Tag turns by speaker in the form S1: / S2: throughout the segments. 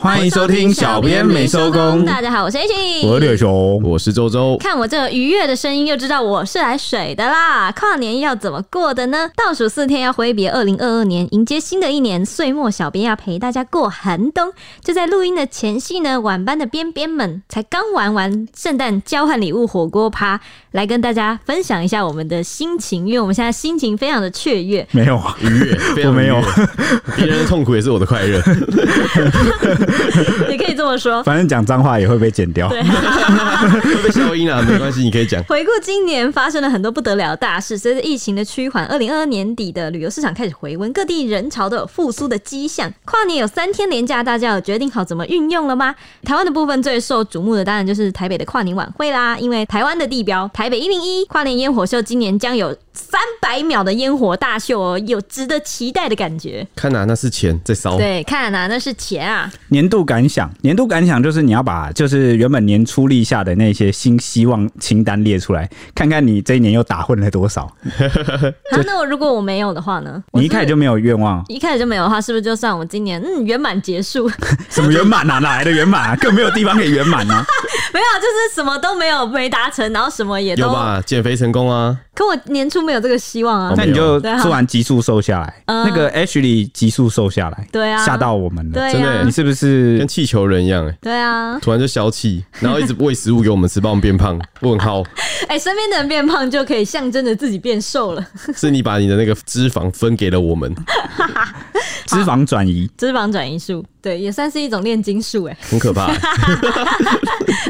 S1: 欢迎收听《小编没收工》，
S2: 大家好，我是 H，
S1: 我是六熊，
S3: 我是周周。
S2: 看我这个愉悦的声音，就知道我是来水的啦。跨年要怎么过的呢？倒数四天要挥别二零二二年，迎接新的一年。岁末，小编要陪大家过寒冬。就在录音的前夕呢，晚班的边边们才刚玩完圣诞交换礼物火锅趴，来跟大家分享一下我们的心情，因为我们现在心情非常的雀跃。
S1: 没有啊，
S3: 愉悦，非常
S1: 我没有啊
S3: 愉悦，别人的痛苦也是我的快乐。
S2: 也可以这么说。
S1: 反正讲脏话也会被剪掉。
S2: 对，
S3: 会被消音啊，没关系，你可以讲。
S2: 回顾今年发生了很多不得了的大事，随着疫情的趋缓，二零二二年底的旅游市场开始回温，各地人潮都有复苏的迹象。跨年有三天连假，大家有决定好怎么运用了吗？台湾的部分最受瞩目的当然就是台北的跨年晚会啦，因为台湾的地标台北一零一跨年烟火秀今年将有三百秒的烟火大秀哦，有值得期待的感觉。
S3: 看啊，那是钱在
S1: 哦
S3: 烧。
S2: 对，看啊，那是钱啊，
S1: 年度感想，年度感想就是你要把就是原本年初立下的那些新希望清单列出来，看看你这一年又打混了多少。
S2: 啊那我如果我没有的话呢？
S1: 你一开始
S2: 就
S1: 就没有愿望，
S2: 一开始就没有的话，是不是就算我今年嗯圆满结束？
S1: 什么圆满啊？哪来的圆满啊？ 更没有地方可以圆满啊！
S2: 没有，就是什么都没有没达成，然后什么也
S3: 有
S2: 都。
S3: 吧？减肥成功啊！
S2: 可我年初没有这个希望啊。
S1: 那你就
S2: 对啊
S1: 做完急速瘦下来，
S2: 嗯
S1: 那个 H 里急速瘦下来，
S2: 对啊
S1: 吓到我们了。
S2: 对
S3: 真
S2: 呀、
S3: 的
S1: 你是不是
S3: 跟气球人一样、欸，
S2: 对啊，
S3: 突然就消 气，然后一直喂食物给我们吃，把我们变胖。问号，
S2: 哎、身边的人变胖就可以象征着自己变瘦了，
S3: 是你把你的那个脂肪分给了我们，
S1: 脂肪转移？
S2: 脂肪转移术，对，也算是一种炼金术哎、
S3: 很可怕、 欸。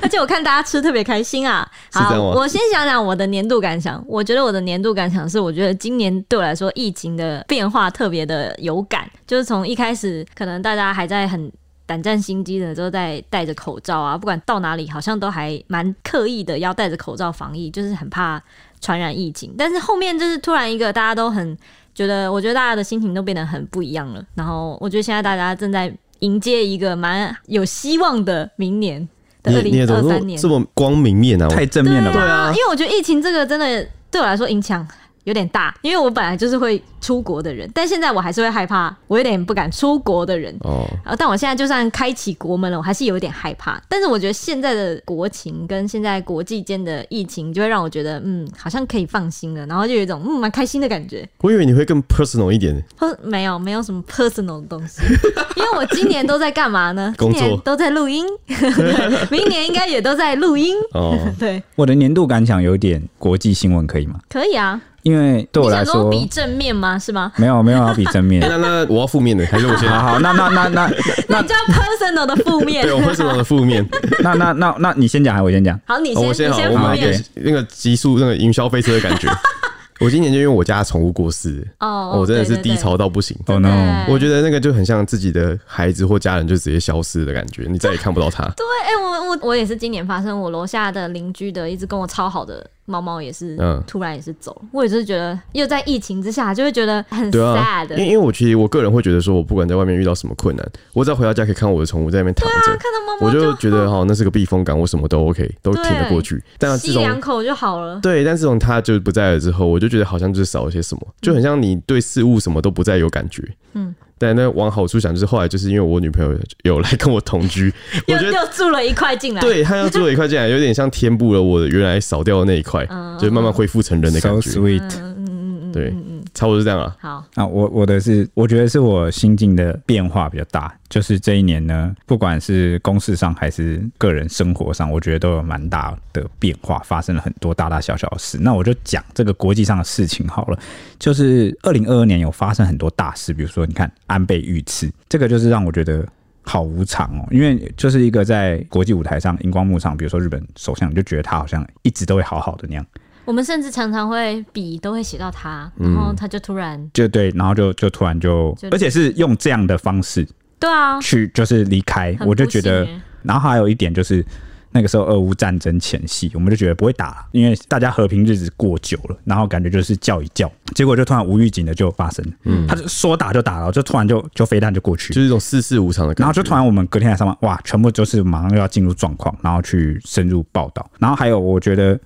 S2: 而且我看大家吃特别开心啊。
S3: 是这
S2: 好，
S3: 样吗
S2: 我先想想我的年度感想。我觉得我的年度感想是，我觉得今年对我来说，疫情的变化特别的有感，就是从一开始可能大家还在很。胆战心惊的都在戴着口罩啊，不管到哪里，好像都还蛮刻意的要戴着口罩防疫，就是很怕传染疫情。但是后面就是突然一个大家都很觉得，我觉得大家的心情都变得很不一样了。然后我觉得现在大家正在迎接一个蛮有希望的明年的
S3: 你
S2: 二
S3: 也你
S2: 零
S3: 也怎
S2: 二
S3: 么这
S2: 三
S3: 么
S2: 年
S3: 这。么光明面啊？我
S1: 太正面了吧？
S2: 啊，因为我觉得疫情这个真的对我来说影响有点大，因为我本来就是会出国的人，但现在我还是会害怕，我有点不敢出国的人。
S3: 哦，
S2: 呃，但我现在就算开启国门了，我还是有点害怕。但是我觉得现在的国情跟现在国际间的疫情，就会让我觉得，嗯，好像可以放心了，然后就有一种嗯蛮开心的感觉。
S3: 我以为你会更 personal 一点、欸，
S2: 或没有没有什么 personal 的东西， 因为我今年都在干嘛呢？今
S3: 工作
S2: 年都在录音， 明年应该也都在录音。，
S3: 哦
S2: 对，
S1: 我的年度感想有一点国际新闻，可以吗？
S2: 可以啊。
S1: 因为对我来
S2: 你想
S1: 说，
S2: 比正面吗？是吗？
S1: 没有没有要比正面。
S3: 哎那那我要负面的，还是我先？啊
S1: 好好，那那那那
S2: 那叫 personal 的负面
S3: 对，。我 personal 的负面。
S1: 那那那那你先讲还是我先讲？
S2: 好，你
S3: 哦
S2: 先，
S3: 我先
S2: 你
S3: 好，
S2: 先
S3: 我
S2: 负
S3: 买一
S2: 面
S3: 个那个极速那个云霄飞车 的感觉。我今年就因为我家的宠物过世，
S2: 哦
S3: 我真的是低。潮到不行。
S1: 哦、
S2: 对对
S1: no，
S2: 对
S3: 我觉得那个就很像自己的孩子或家人就直接消失的感觉，你再也看不到他。
S2: 对， 哎、我我我也是今年发生，我楼下的邻居的一只跟我超好的猫猫也是，
S3: 嗯
S2: 突然也是走了，我也是觉得又在疫情之下，就会觉得很
S3: 对啊
S2: sad，、，
S3: 因为因为我其实我个人会觉得说，我不管在外面遇到什么困难，我只要回到家可以看我的宠物在那边躺着，
S2: 啊看到猫
S3: 我
S2: 猫
S3: 就觉得哈，那是个避风港，我什么都 OK，都挺得过去。但自
S2: 吸
S3: 从
S2: 两口就好了。
S3: 对，但自从他就不在了之后，我就觉得好像就是少了些什么，就很像你对事物什么都不再有感觉。
S2: 嗯
S3: 嗯，但那往好处想，就是后来就是因为我女朋友有来跟我同居，我
S2: 又
S3: 觉得
S2: 又注了一块进来，
S3: 对她要做一块进来，有点像填补了我原来少掉的那一块，
S2: 嗯
S3: 就是慢慢恢复成人的
S1: so
S3: 感觉。
S1: sweet
S2: 嗯，嗯嗯嗯嗯，
S3: 对
S2: 嗯嗯，
S3: 差不多是这样啊。
S2: 好，
S1: 啊！我我的是，我觉得是我心境的变化比较大，就是这一年呢，不管是公事上还是个人生活上，我觉得都有蛮大的变化，发生了很多大大小小的事。那我就讲这个国际上的事情好了，就是二零二二年有发生很多大事，比如说你看安倍遇刺，这个就是让我觉得好无常哦，因为就是一个在国际舞台上荧光幕上，比如说日本首相，你就觉得他好像一直都会好好的那样，
S2: 我们甚至常常会笔都会写到他，
S3: 嗯
S2: 然后他就突然，
S1: 就对，然后就就突然就
S2: 就，
S1: 而且是用这样的方式
S2: 对啊，
S1: 去就是离开，
S2: 很
S1: 我就
S2: 不
S1: 觉
S2: 幸
S1: 得，
S2: 欸
S1: 然后还有一点就是，那个时候俄乌战争前夕，我们就觉得不会打了，因为大家和平日子过久了，然后感觉就是叫一叫，结果就突然无预警的就发生了，嗯，他就说打就打了，就突然就就飞弹就过去，
S3: 就是一种世事无常的感觉。
S1: 然后就突然我们隔天来上班，哇，全部就是马上又要进入状况，然后去深入报道。然后还有，我觉得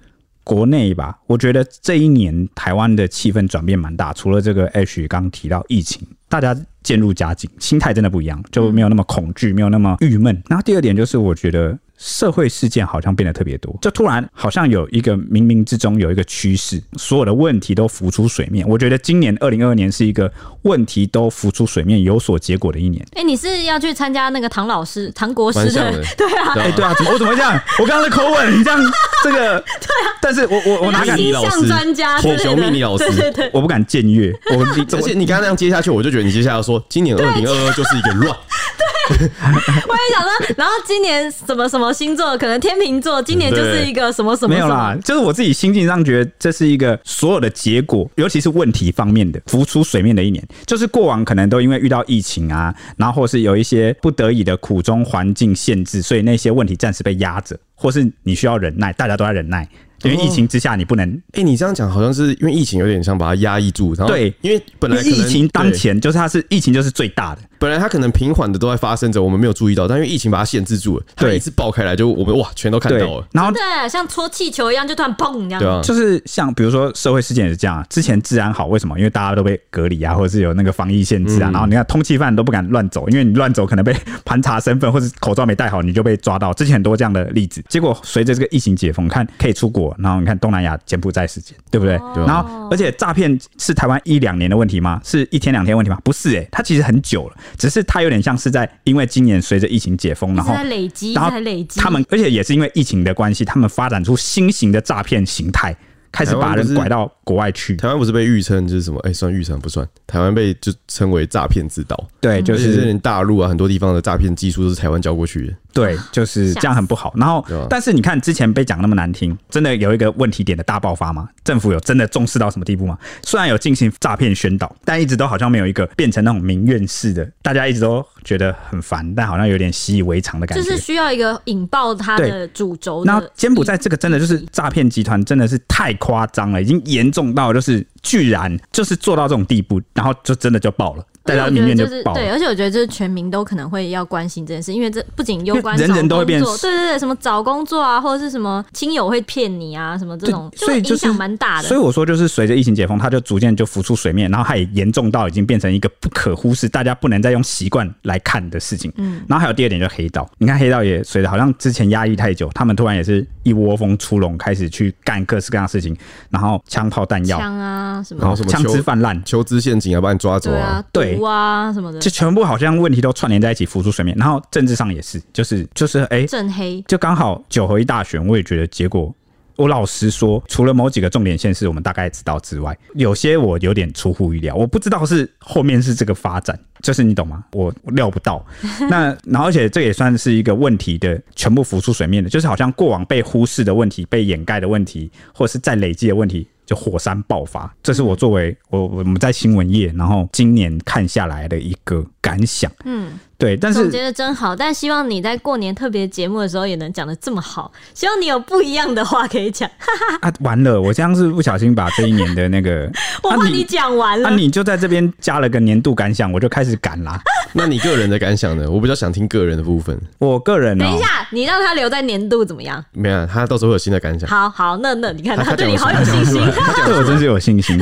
S1: 国内吧，我觉得这一年台湾的气氛转变蛮大，除了这个 H 刚提到疫情，大家渐入佳境，心态真的不一样，就没有那么恐惧，没有那么郁闷。然后第二点就是，我觉得。社会事件好像变得特别多，就突然好像有一个冥冥之中有一个趋势，所有的问题都浮出水面。我觉得今年二零二二年是一个问题都浮出水面、有所结果的一年。
S2: 哎、你是要去参加那个唐老师、唐国师
S3: 蛮像的
S2: 对啊，
S3: 对
S1: 哎、
S3: 啊
S1: 对啊，怎么我怎么会这样？我刚刚的口吻，你这样这个， 对啊，但是我我我哪
S2: 你要
S1: 敢，
S3: 心
S2: 形象专家之类
S3: 火球
S2: 的，
S3: 命理老师
S2: 对对对。
S1: 我不敢僭越，我你
S3: 而且你刚刚那样接下去，我就觉得你接下来要说，今年二零二二就是一个乱，
S2: 我也想说，然后今年什么什么星座，可能天秤座，今年就是一个什么什么
S1: 没
S2: 什
S1: 有
S2: 么
S1: 啦，，就是我自己心境上觉得这是一个所有的结果，尤其是问题方面的浮出水面的一年，就是过往可能都因为遇到疫情啊，然后或是有一些不得已的苦衷环境限制，所以那些问题暂时被压着，或是你需要忍耐，大家都在忍耐，因
S3: 哦
S1: 为疫情之下你不能
S3: 哎、你这样讲好像是因为疫情有点像把它压抑住，然后
S1: 对
S3: 因为本来可能
S1: 疫情当
S3: 对
S1: 前就是它是疫情就是最大的，
S3: 本来它可能平缓的都在发生着，我们没有注意到，但因为疫情把它限制住了，它
S1: 对
S3: 一次爆开来就我们哇全都看
S1: 对
S3: 到
S2: 嗯
S3: 了，，
S1: 然后
S2: 对，啊像戳气球一样，就突然砰这样。
S3: 对啊，
S1: 就是像比如说社会事件也是这样啊，之前治安好，为什么？因为大家都被隔离啊，或者是有那个防疫限制啊，
S2: 嗯
S1: 然后你看通缉犯都不敢乱走，因为你乱走可能被盘查身份，或者口罩没戴好你就被抓到。之前很多这样的例子，结果随着这个疫情解封，看可以出国，然后你看东南亚、柬埔寨事件，对不对？
S2: 哦
S3: 对啊
S1: 然后而且诈骗是台湾一两年的问题吗？是一天两天的问题吗？不是、欸，它其实很久了，只是它有点像是在因为今年随着疫情解封，
S2: 一
S1: 然
S2: 直
S1: 后
S2: 在累积，一直
S1: 然后
S2: 在累积。
S1: 他们，而且也是因为疫情的关系，他们发展出新型的诈骗形态，开始把人拐到国外去。
S3: 台湾不是被誉称就是什么？哎、算誉称不算？台湾被就称为诈骗之岛，
S1: 对，就
S3: 而且是
S1: 是
S3: 连大陆啊很多地方的诈骗技术都是台湾教过去的。
S1: 对，就是这样很不好。然后
S3: 对啊，
S1: 但是你看之前被讲那么难听，真的有一个问题点的大爆发吗？政府有真的重视到什么地步吗？虽然有进行诈骗宣导，但一直都好像没有一个变成那种民怨式的，大家一直都觉得很烦，但好像有点习以为常的感
S2: 就
S1: 觉。
S2: 是需要一个引爆它的主轴
S1: 然后
S2: 的。
S1: 柬埔寨这个真的就是诈骗集团，真的是太夸张了，已经严重到就是居然就是做到这种地步，然后就真的就爆了，大家
S2: 而
S1: 的民
S2: 且我觉
S1: 怨
S2: 得
S1: 就是爆
S2: 对，
S1: 了。
S2: 而且我觉得就是全民都可能会要关心这件事，因为这不仅攸关
S1: 因为人人
S2: 找
S1: 都会变
S2: 工作对对对，什么找工作啊，或者是什么亲友会骗你啊，什么这种，
S1: 所以
S2: 影
S1: 就是
S2: 响蛮大的。
S1: 所以我说，就是随着疫情解封，它就逐渐就浮出水面，然后它也严重到已经变成一个不可忽视，大家不能再用习惯来看的事情。嗯，然后还有第二点就是黑道，你看黑道也随着好像之前压抑太久，他们突然也是一窝蜂出笼，开始去干各式各样的事情，然后枪炮弹药，
S2: 枪啊什么
S3: 然后什么
S1: 枪支
S3: 求
S1: 泛滥，
S3: 求资陷阱啊，把你抓走
S2: 对啊
S3: 啊，，
S1: 对
S2: 毒啊什么的，
S1: 就全部好像问题都串联在一起浮出水面，然后政治上也是，就是就是哎、
S2: 正黑
S1: 就刚好九合一大选，我也觉得结果，我老实说，除了某几个重点县市我们大概知道之外，有些我有点出乎意料，我不知道是后面是这个发展，就是你懂吗？我我料不到。那然后而且这也算是一个问题的全部浮出水面的，就是好像过往被忽视的问题、被掩盖的问题，或者是在累积的问题。就火山爆发，这是我作为我我们在新闻业，然后今年看下来的一个感想。
S2: 嗯，
S1: 对，但是
S2: 总结的真好，但希望你在过年特别节目的时候也能讲的这么好，希望你有不一样的话可以讲。
S1: 啊，完了，我这样是不小心把这一年的那个
S2: 我
S1: 啊
S2: 怕
S1: 你
S2: 你讲完
S1: 啊，
S2: 了，
S1: 你就在这边加了个年度感想，我就开始赶啦。
S3: 那你个人的感想呢？我比较想听个人的部分。
S1: 我个人哦呢、
S2: 等一下，啊你让他留在年度怎么样？
S3: 没有、啊，他到时候会有新的感想。
S2: 好好，那那你看
S3: 他
S2: 他
S3: 他
S2: 对
S3: 讲
S2: 你
S3: 了
S2: 好
S3: 什
S2: 有
S3: 么
S2: 信心。
S1: 对我真是有信心。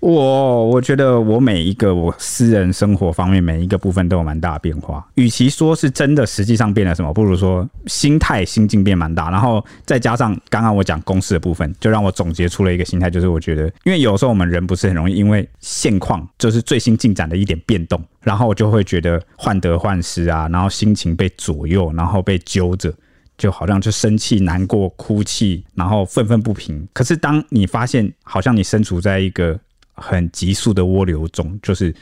S1: 我我觉得我每一个我私人生活方面每一个部分都有蛮大的变化，与其说是真的实际上变了什么，不如说心态心境变蛮大，然后再加上刚刚我讲公司的部分，就让我总结出了一个心态，就是我觉得，因为有时候我们人不是很容易因为现况就是最新进展的一点变动，然后就会觉得患得患失啊，然后心情被左右，然后被揪着，就好像就生气、难过、哭泣，然后愤愤不平。可是当你发现，好像你身处在一个很急速的涡流中，就是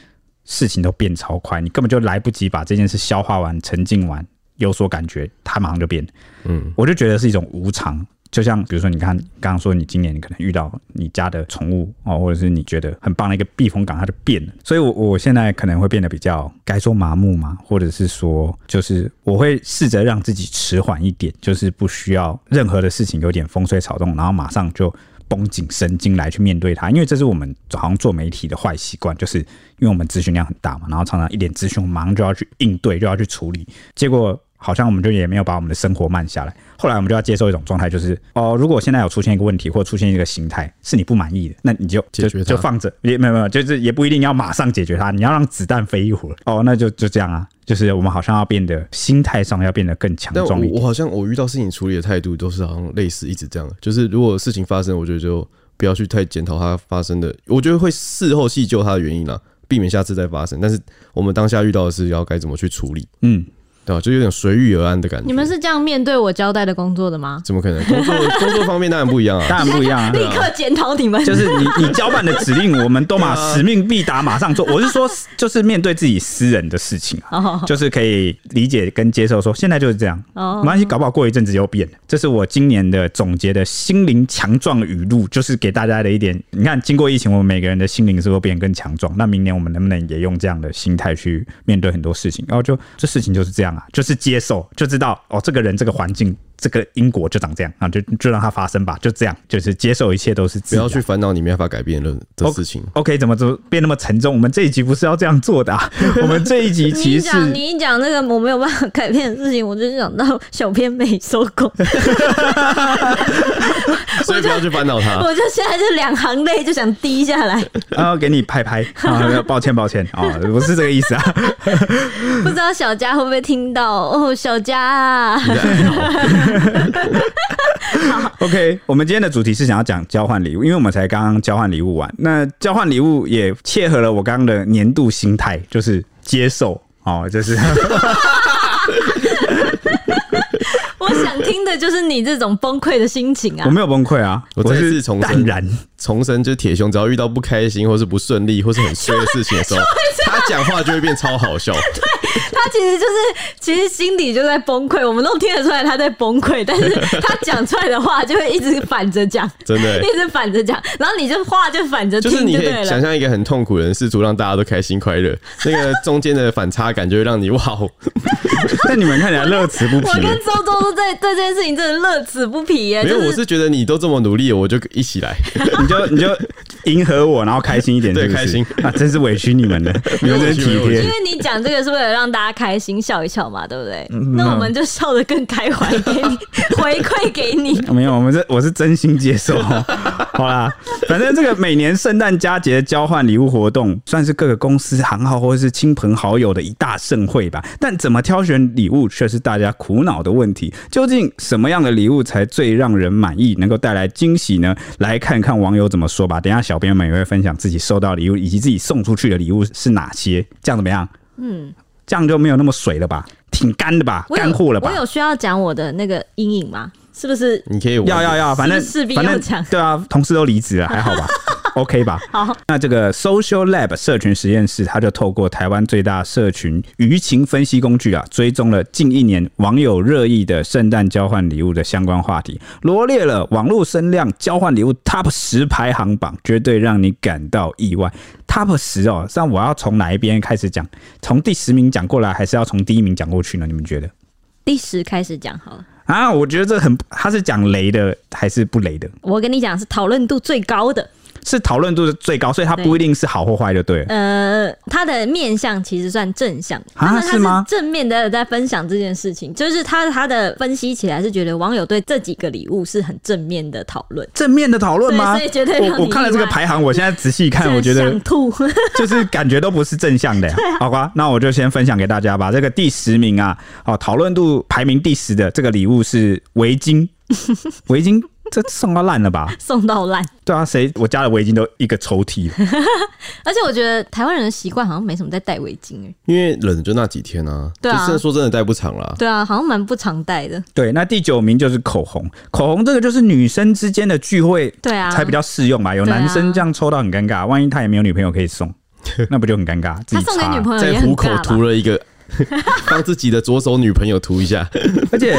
S1: 事情都变超快，你根本就来不及把这件事消化完、沉浸完、有所感觉，它马上就变。嗯，我就觉得是一种无常。就像比如说，你看刚刚说，你今年你可能遇到你家的宠物哦，或者是你觉得很棒的一个避风港，它就变了。所以我，我现在可能会变得比较该说麻木嘛，或者是说，就是我会试着让自己迟缓一点，就是不需要任何的事情有点风吹草动，然后马上就。绷紧神经来去面对它，因为这是我们好像做媒体的坏习惯，就是因为我们资讯量很大嘛，然后常常一点资讯，我们马上就要去应对，就要去处理，结果好像我们就也没有把我们的生活慢下来。后来我们就要接受一种状态，就是哦，如果现在有出现一个问题或出现一个形态是你不满意的，那你就就
S3: 解决它
S1: 就放着，也没有没有，就是也不一定要马上解决它，你要让子弹飞一会儿哦，那就就这样啊。就是我们好像要变得心态上要变得更强
S3: 但我
S1: 壮一
S3: 我
S1: 点，
S3: 好像我遇到事情处理的态度都是好像类似一直这样，就是如果事情发生，我觉得就不要去太检讨它发生的，我觉得会事后细究它的原因啦，避免下次再发生。但是我们当下遇到的事要该怎么去处理，
S1: 嗯，
S3: 对吧、就有点随遇而安的感觉。
S2: 你们是这样面对我交代的工作的吗？
S3: 怎么可能？工作工作方面当然不一 样啊。
S1: 当然不一样啊，
S2: 立刻检讨 你们，
S1: 就是你你交办的指令，我们都嘛 使命必达，马上做。我是说，就是面对自己私人的事情啊，
S2: 哦
S1: 就是可以理解跟接受，说现在就是这样，没
S2: 哦，
S1: 关系，搞不好过一阵子又变了。这是我今年的总结的心灵强壮语录，就是给大家的一点。你看，经过疫情，我们每个人的心灵是不是变得更强壮？那明年我们能不能也用这样的心态去面对很多事情？然后就这事情就是这样啊，就是接受，就知道哦，这个人这个环境。这个因果就长这样啊，就就让它发生吧，就这样，就是接受一切都是自
S3: 不
S1: 然
S3: 要去烦恼你没办法改变的
S1: 哦
S3: 的事情。
S1: OK，怎么怎么变那么沉重？我们这一集不是要这样做的、啊，我们这一集
S2: 你
S1: 其
S2: 一
S1: 实
S2: 讲你一讲那个我没有办法改变的事情，我就想到小编没收 工，
S3: 所以不要去烦恼它。
S2: 我就现在就两行泪就想滴下来，
S1: 啊，给你拍拍啊， 抱歉抱歉啊，不是这个意思啊。
S2: 不知道小佳会不会听到哦，小佳、啊。
S3: 你的爱 好
S1: OK，我们今天的主题是想要讲交换礼物，因为我们才刚刚交换礼物完。那交换礼物也切合了我刚刚的年度心态，就是接受哦，就是
S2: 我想听的就是你这种崩溃的心情
S1: 我
S2: 啊！
S1: 没有崩溃啊，
S3: 我
S1: 我
S3: 再
S1: 是
S3: 次重
S1: 淡
S3: 申
S1: 然。
S3: 重生就是铁兄，只要遇到不开心或是不顺利或是很衰的事情 的时候，他讲话就会变超好笑。
S2: 他其实就是，其实心里就在崩溃，我们都听得出来他在崩溃，但 是他讲出来的话就会一直反着讲，
S3: 真的欸
S2: 一直反着讲，然后你就话就反着
S3: 就是
S2: 听
S3: 你可
S2: 对
S3: 以想
S2: 了。
S3: 象一个很痛苦的人，试图让大家都开心快乐，那个中间的反差感就会让你哇哦，
S1: 但你们看起来乐此不疲
S2: 我，跟周周都 在对这件事情真的乐此不疲耶，
S3: 没有，
S2: 哎就
S3: 我是觉得你都这么努力，我就一起来。
S1: 你就你就迎合我，然后开心一点
S3: 对
S1: 是不是
S3: 开心
S1: 啊，真是委屈你 们了，你们真是体
S3: 没有委
S1: 贴
S3: 屈
S2: 因。为你讲这个是为了让大家开心笑一笑嘛，对不对？
S3: 嗯
S2: 那我们就笑得更开怀，给你回馈给你。
S1: 没有，我们是我是真心接受。 好啦，反正这个每年圣诞佳节交换礼物活动，算是各个公司行号或者是亲朋好友的一大盛会吧。但怎么挑选礼物，却是大家苦恼的问题。究竟什么样的礼物才最让人满意，能够带来惊喜呢？来看看网友怎么说吧。等一下，小编们也会分享自己收到的礼物以及自己送出去的礼物是哪些。这样怎么样？
S2: 嗯，
S1: 这样就没有那么水了吧？挺干的吧？
S2: 我有
S1: 干货了吧
S2: 我？有需要讲我的那个阴影吗？是不是？
S3: 你可以玩
S1: 要要要，反正
S2: 是不是势必
S1: 反
S2: 要
S1: 正
S2: 讲
S1: 对啊，同事都离职 了，还好吧？OK 吧？
S2: 好，
S1: 那这个 Social Lab 社群实验室，它就透过台湾最大社群舆情分析工具啊，追踪了近一年网友热议的圣诞交换礼物的相关话题，罗列了网络声量交换礼物 Top 十排行榜，绝对让你感到意外。Top 十哦，那我要从哪一边开始讲？从第十名讲过来，还是要从第一名讲过去呢？你们觉得？
S2: 第十开始讲好了。
S1: 啊，我觉得这很，它是讲雷的还是不雷的？
S2: 我跟你讲，是讨论度最高的。
S1: 是讨论度是最高，所以它不一定是好或坏，就对了。
S2: 呃，它的面向其实算正向，
S1: 啊
S2: 但是
S1: 是
S2: 它
S1: 吗
S2: 是正面的在分享这件事情，就是他他的分析起来是觉得网友对这几个礼物是很正面的讨论，
S1: 正面的讨论吗？
S2: 对所以绝对让
S1: 我
S2: 你
S1: 我看了这个
S2: 意外
S1: 排行，我现在仔细看，
S2: 真的
S1: 我觉得
S2: 想吐。
S1: 就是感觉都不是正向的呀。
S2: 啊
S1: 好吧，那我就先分享给大家吧。这个第十名啊，哦，讨论度排名第十的这个礼物是围 巾，围巾这送到烂了吧？
S2: 送到烂。
S1: 对啊，谁我家的围巾都一个抽屉，
S2: 而且我觉得台湾人的习惯好像没什么在戴围巾、欸，
S3: 因为冷就那几天啊，
S2: 对啊
S3: 就真的说真的待不长啦。
S2: 对啊，好像蛮不常戴的。
S1: 对，那第九名就是口红，口红这个就是女生之间的聚会，
S2: 对啊
S1: 才比较适用吧。有
S2: 对啊
S1: 男生这样抽到很尴尬，万一他也没有女朋友可以 送，那不就很尴尬？自
S2: 他
S1: 己
S2: 送给
S1: 插
S2: 女朋友
S3: 在
S2: 嗯也很
S3: 虎口
S2: 尬吧
S3: 涂了一个，帮自己的左手女朋友涂一下，
S1: 而且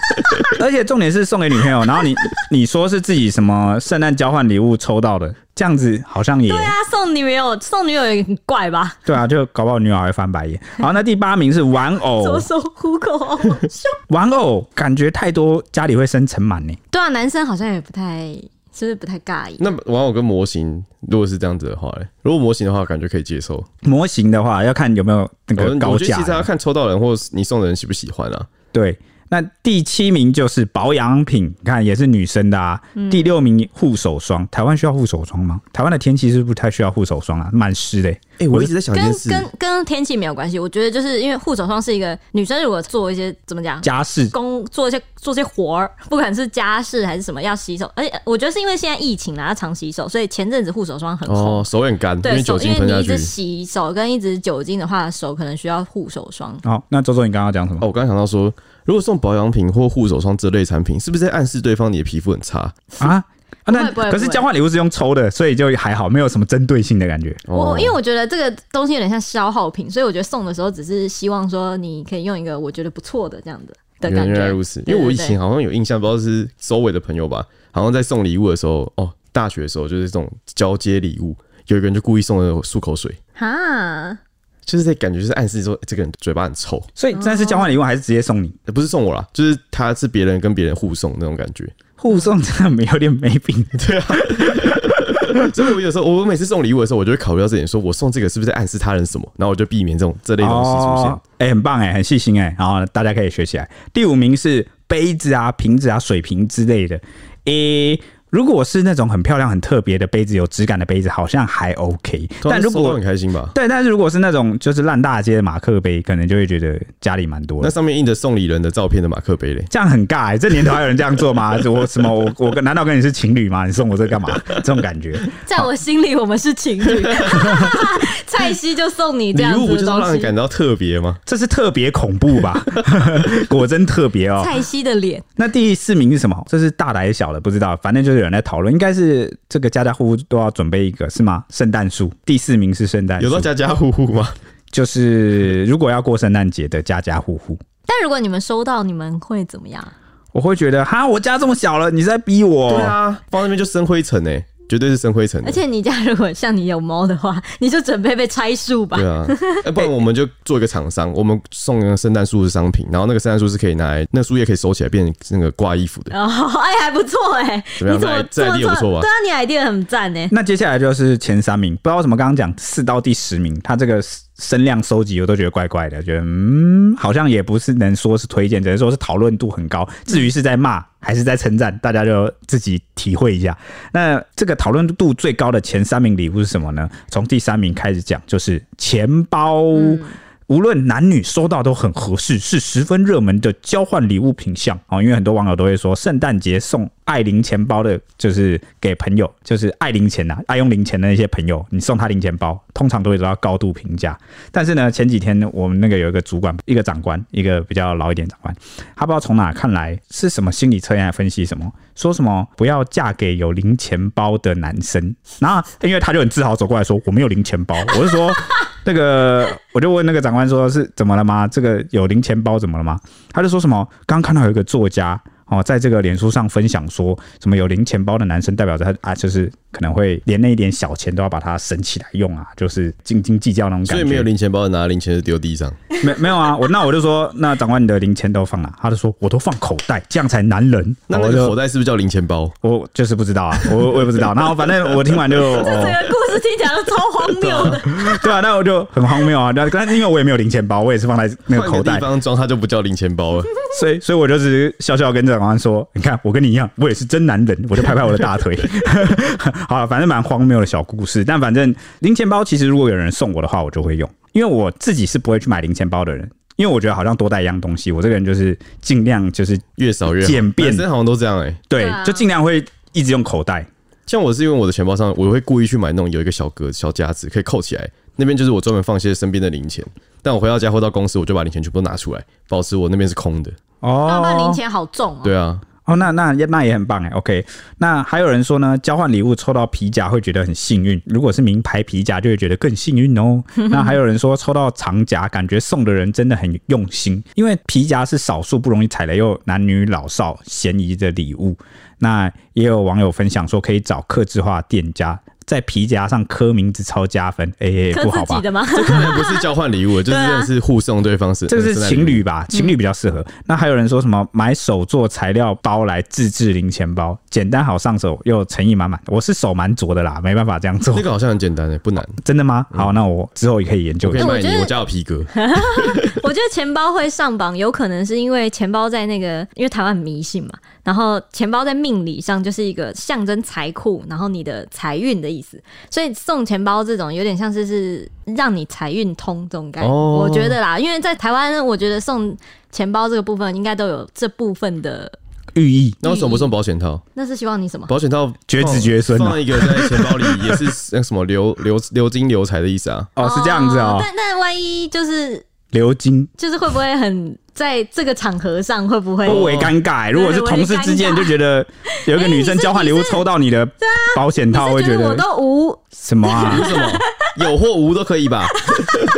S1: 而且重点是送给女朋友，然后你 你说是自己什么圣诞交换礼物抽到的，这样子好像也
S2: 对啊，送女友送女友也很怪吧？
S1: 对啊，就搞不好女友还会翻 白眼。好，那第八名是玩偶
S2: 左，手虎口。
S1: 玩偶感觉太多，家里会生尘螨呢。
S2: 对啊，男生好像也不太，是不是不太尬意？
S3: 那玩偶跟模型，如果是这样子的话、欸，如果模型的话，感觉可以接受。
S1: 模型的话要看有没有那
S3: 我
S1: 个高
S3: 我觉得
S1: 价
S3: 其实要
S1: 的，
S3: 看抽到人或是你送的人喜不喜欢啊。
S1: 对。那第七名就是保养品，你看也是女生的啊。
S2: 嗯
S1: 第六名护手霜，台湾需要护手霜吗？台湾的天气是不是不太需要护手霜啊？蛮湿的欸、
S3: 哎、我一直在想一
S2: 跟
S3: 件事，
S2: 跟跟天气没有关系，我觉得就是因为护手霜是一个女生如果做一些怎么讲
S1: 家事
S2: 工做一些做一些活儿，不管是家事还是什么要洗手，而且我觉得是因为现在疫情啦，要常洗手，所以前阵子护手霜很红。
S3: 哦，手很干，因
S2: 对
S3: 为酒
S2: 手，因
S3: 精
S2: 为
S3: 喷
S2: 你
S3: 下
S2: 一
S3: 去
S2: 直。洗手跟一直酒精的话，手可能需要护手霜。
S1: 好、那周周你刚刚讲什么？
S3: 哦，我刚刚想到说，如果送保养品或护手霜这类产品，是不是在暗示对方你的皮肤很差？
S1: 啊？啊
S2: 不
S1: 那
S2: 会不会
S1: 可是
S2: 不会
S1: 交换礼物是用抽的，所以就还好，没有什么针对性的感觉。
S3: 哦
S2: 我因为我觉得这个东西有点像消耗品，所以我觉得送的时候只是希望说你可以用一个我觉得不错的这样的的
S3: 原
S2: 感
S3: 原来
S2: 觉。
S3: 如此，因
S2: 对
S3: 为我以
S2: 对对
S3: 前好像有印象，不知道是周围的朋友吧，好像在送礼物的时候，哦，大学的时候就是这种交接礼物，有一个人就故意送了漱口水，
S2: 哈，
S3: 就是在感觉就是暗示说、欸这个人嘴巴很臭，
S1: 所以但是交换礼物还是直接送你，
S3: 呃不是送我啦，就是他是别人跟别人互送那种感觉。
S1: 互送真的有点没病。
S3: 所以我有时候我每次送礼物的时候，我就会考虑到这点，说我送这个是不是在暗示他人什么，然后我就避免这种这类东西出现。
S1: 哦，哎、很棒哎、很细心哎、然后大家可以学起来。第五名是杯子啊、瓶子啊、水瓶之类的。诶、如果是那种很漂亮、很特别的杯子，有质感的杯子，好像还 OK。
S3: 通
S1: 但
S3: 常
S1: 如
S3: 收到
S1: 果
S3: 很开心吧，
S1: 对，但是如果是那种就是烂大街的马克杯，可能就会觉得家里蛮多
S3: 那
S1: 的。
S3: 上面印着送礼人的照片的马克杯嘞，
S1: 这样很尬、欸，这年头还有人这样做吗？ 我什么我我跟难道跟你是情侣吗？你送我这干嘛？这种感觉，
S2: 在我心里我们是情侣。蔡西就送你这
S3: 礼
S2: 样
S3: 物
S2: 子
S3: 不就是
S2: 的
S3: 要让
S2: 东
S3: 人感
S2: 西。
S3: 到特别吗？
S1: 这是特别恐怖吧？ 果真特别哦。
S2: 蔡西的脸，
S1: 那第四名是什么？这是大的还是小的？不知道，反正就是有人在讨论，应该是这个家家户户都要准备一个，是吗？圣诞树，第四名是圣诞
S3: 有
S1: 树
S3: 到，家家户户吗？
S1: 就是如果要过圣诞节的家家户户，
S2: 但如果你们收到，你们会怎么样？
S1: 我会觉得哈，我家这么小了，你是在逼我？
S3: 对啊，放那边就生灰尘哎、绝对是生灰尘的。
S2: 而且你家如果像你有猫的话，你就准备被拆树吧
S3: 对。啊， 哎不然我们就做一个厂商，我们送一个圣诞树的商品，然后那个圣诞树是可以拿来，那树叶可以收起来变成那个挂衣服的。
S2: 哦，哎、还不错哎、
S3: 怎么样
S2: 你怎么
S3: 这
S2: 做
S3: idea 不错吧
S2: 对啊，你 idea 很赞哎、
S1: 那接下来就是前三名，不知道为什么刚刚讲四到第十名，他这个声量收集我都觉得怪怪的，觉得嗯，好像也不是能说是推荐，只能说是讨论度很高。至于是在骂还是在称赞，大家就自己体会一下。那这个讨论度最高的前三名礼物是什么呢？从第三名开始讲，就是钱包。无论男女收到都很合适，是十分热门的交换礼物品项啊、哦！因为很多网友都会说，圣诞节送爱零钱包的，就是给朋友，就是爱零钱呐、爱用零钱的那些朋友，你送他零钱包，通常都会得到高度评价。但是呢，前几天我们那个有一个主管，一个长官，一个比较老一点的长官，他不知道从哪看来是什么心理测验还分析什么，说什么不要嫁给有零钱包的男生。然后因为他就很自豪走过来说我没有零钱包，我是说那个我就问那个长官说是怎么了吗？这个有零钱包怎么了吗？他就说什么刚看到有一个作家。哦，在这个脸书上分享说什么有零钱包的男生，代表着他啊，就是可能会连那一点小钱都要把它省起来用啊，就是斤斤计较那种感觉。
S3: 所以没有零钱包，拿零钱就丢地上。
S1: 没没有啊，我那我就说，那长官你的零钱都放哪？他就说我都放口袋，这样才男人。
S3: 那
S1: 我
S3: 那个口
S1: 就
S3: 袋是不是叫零钱包？
S1: 我就是不知道啊，我我也不知道。然 后反正我听完就
S2: 这整
S1: 哦，
S2: 个故事听起来都超荒谬的。
S1: 对啊，那我就很荒谬啊。那但是因为我也没有零钱包，我也是放在那个
S3: 换
S1: 口
S3: 个地
S1: 袋，
S3: 方装，它就不叫零钱包了。
S1: 所以所以我就只是笑笑跟长官说，你看我跟你一样，我也是真男人，我就拍拍我的大腿。 好啊了，反正蛮荒谬的小故事。但反正零钱包其实如果有人送我的话，我就会用，因为我自己是不会去买零钱包的人。因为我觉得好像多带一样东西，我这个人就是尽量就是
S3: 越少越好
S1: 简便
S3: 男生好像都这样哎、
S1: 对
S2: 对，啊
S1: 就尽量会一直用口袋。
S3: 像我是因为我的钱包上，我会故意去买那种有一个小格子、小夹子可以扣起来，那边就是我专门放一些身边的零钱。但我回到家或到公司，我就把零钱全部都拿出来，保持我那边是空的。
S2: 那
S1: 哦
S2: 我把零钱好重哦、
S3: 对啊，
S1: 哦，那那那也很棒哎，OK。那还有人说呢，交换礼物抽到皮夹会觉得很幸运，如果是名牌皮夹就会觉得更幸运哦。那还有人说抽到长夹，感觉送的人真的很用心，因为皮夹是少数不容易踩雷又男女老少咸宜的礼物。那也有网友分享说，可以找客制化店家。在皮夹上刻名字超加分，哎、
S2: 磕
S1: 不好
S2: 自
S1: 吧
S2: 己？的吗？
S3: 这看来不是交换礼物，就是
S2: 对啊
S3: 真的是互送对方 是，呃
S1: 这个是
S3: 圣诞
S1: 情
S3: 礼物。
S1: 侣
S2: 嗯
S1: 吧，情侣比较适合。那还有人说什么买手做材料包来自制零钱包，简单好上手又诚意满满。我是手蛮拙的啦，没办法这样做
S3: 那。嗯个好像很简单诶、欸不 难。
S1: 真的吗？好，那我之后也可以研
S3: 我
S1: 究一
S3: 可以
S1: 下。
S3: 卖
S2: 我觉
S3: 你，
S2: 得嗯
S3: 我家有皮革。
S2: 我觉得钱包会上榜，有可能是因为钱包在那个，因为台湾很迷信嘛，然后钱包在命理上就是一个象征财库，然后你的财运的意思，所以送钱包这种有点像是是让你财运通这种概念，
S3: 哦
S2: 我觉得啦，因为在台湾，我觉得送钱包这个部分应该都有这部分的，
S1: 寓意
S3: 那为什么不送保险套？
S2: 那是希望你什么？
S3: 保险套
S1: 绝子
S3: 放
S1: 绝孙啊
S3: 放一个在钱包里也是那个什么流流流金流财的意思啊。
S1: 哦，是这样子哦。
S2: 但但万一就是
S1: 流金
S2: 就是会不会很在这个场合上会不会？
S1: 颇为尴尬欸、如果是同事之间，
S2: 对
S1: 就
S2: 我
S1: 觉得有一个
S2: 哎你
S1: 女生
S2: 是
S1: 交换礼物抽到你的保险套，
S2: 啊你
S1: 会
S2: 是觉
S1: 觉
S2: 得我
S1: 得
S2: 都无
S1: 什么啊
S3: 有？什么？ 有或无都可以吧。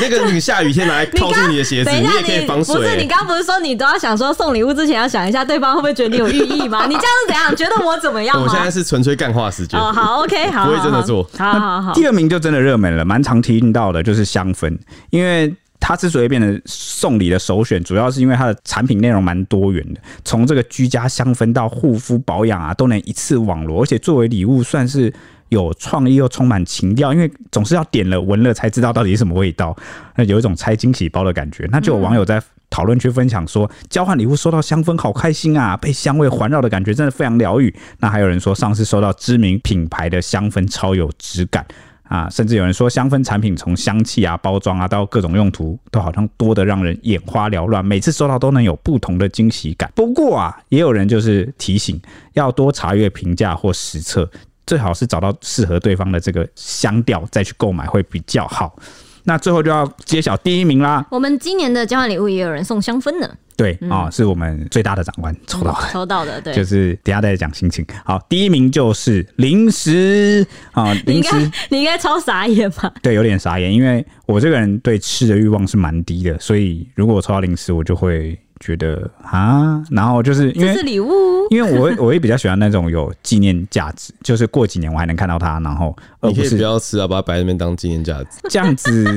S3: 那个你下雨天拿来套住你的鞋子，
S2: 等一
S3: 你
S2: 下，
S3: 也可以防
S2: 不是你
S3: 水。
S2: 刚刚不是说你都要想说送礼物之前要想一下对方会不会觉得你有寓意 吗？你这样是怎样？觉得我怎么样吗？
S3: 我现在是纯粹干话时间。
S2: 哦，好，OK，好，
S3: 不会
S2: 好
S3: 真的
S2: 好
S3: 做
S2: 好好好。
S1: 第二名就真的热门了，蛮常听到的，就是香氛，因为。它之所以变成送礼的首选，主要是因为它的产品内容蛮多元的，从这个居家香氛到护肤保养啊，都能一次网罗，而且作为礼物算是有创意又充满情调，因为总是要点了闻了才知道到底是什么味道，那有一种拆惊喜包的感觉。那就有网友在讨论区分享说，交换礼物收到香氛好开心啊，被香味环绕的感觉真的非常疗愈。那还有人说，上次收到知名品牌的香氛超有质感。啊，甚至有人说香氛产品从香气啊、包装啊到各种用途，都好像多得让人眼花缭乱，每次收到都能有不同的惊喜感。不过啊，也有人就是提醒要多查阅评价或实测，最好是找到适合对方的这个香调再去购买会比较好。那最后就要揭晓第一名啦，
S2: 我们今年的交换礼物也有人送香氛呢，
S1: 对啊、是我们最大的长官抽到的。
S2: 抽到的，嗯对，
S1: 就是等一下再讲心情。好，第一名就是零食啊，
S2: 你
S1: 零
S2: 应该
S1: 食
S2: 你应该超傻眼 吧？
S1: 对，有点傻眼，因为我这个人对吃的欲望是蛮低的，所以如果我抽到零食，我就会觉得啊，然后就是因
S2: 这
S3: 哎
S1: 为
S2: 是礼物，
S1: 因为我会我会比较喜欢那种有纪念价值，就是过几年我还能看到它，然后而
S3: 你可
S1: 不
S3: 以不
S1: 是
S3: 要吃啊，把它摆在那边当纪念价值。
S1: 这样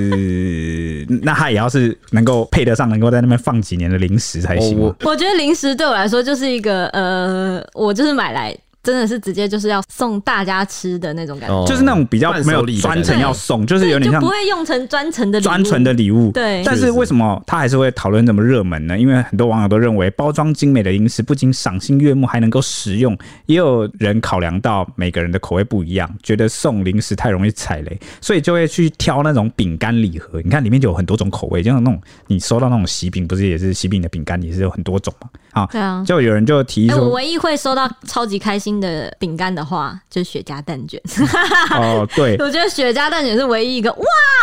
S1: 子，那它也要是能够配得上，能够在那边放几年的零食才行嘛、
S3: 哦我
S2: 我觉得零食对我来说就是一个呃，我就是买来真的是直接就是要送大家吃的那种感觉，
S3: 哦
S1: 就是那种比较
S3: 伴手
S1: 没有
S3: 礼的
S1: 专
S3: 感觉
S1: 程要送，就是有
S2: 就
S1: 点像
S2: 不会用成专程的礼物
S1: 专纯的礼物。
S2: 对
S1: 但是为什么他还是会讨论这么热门呢？因为很多网友都认为，包装精美的零食不仅赏心悦目，还能够实用。也有人考量到每个人的口味不一样，觉得送零食太容易踩雷，所以就会去挑那种饼干礼盒。你看里面就有很多种口味，就像那种你收到那种喜饼，不是也是喜饼的饼干，也是有很多种嘛。啊，
S2: 对啊。
S1: 就有人就提议
S2: 哎、我
S1: 说，
S2: 唯一会收到超级开心的饼干的话，就是雪茄蛋卷。 啊
S1: 哦，对，
S2: 我觉得雪茄蛋卷是唯一一个哇，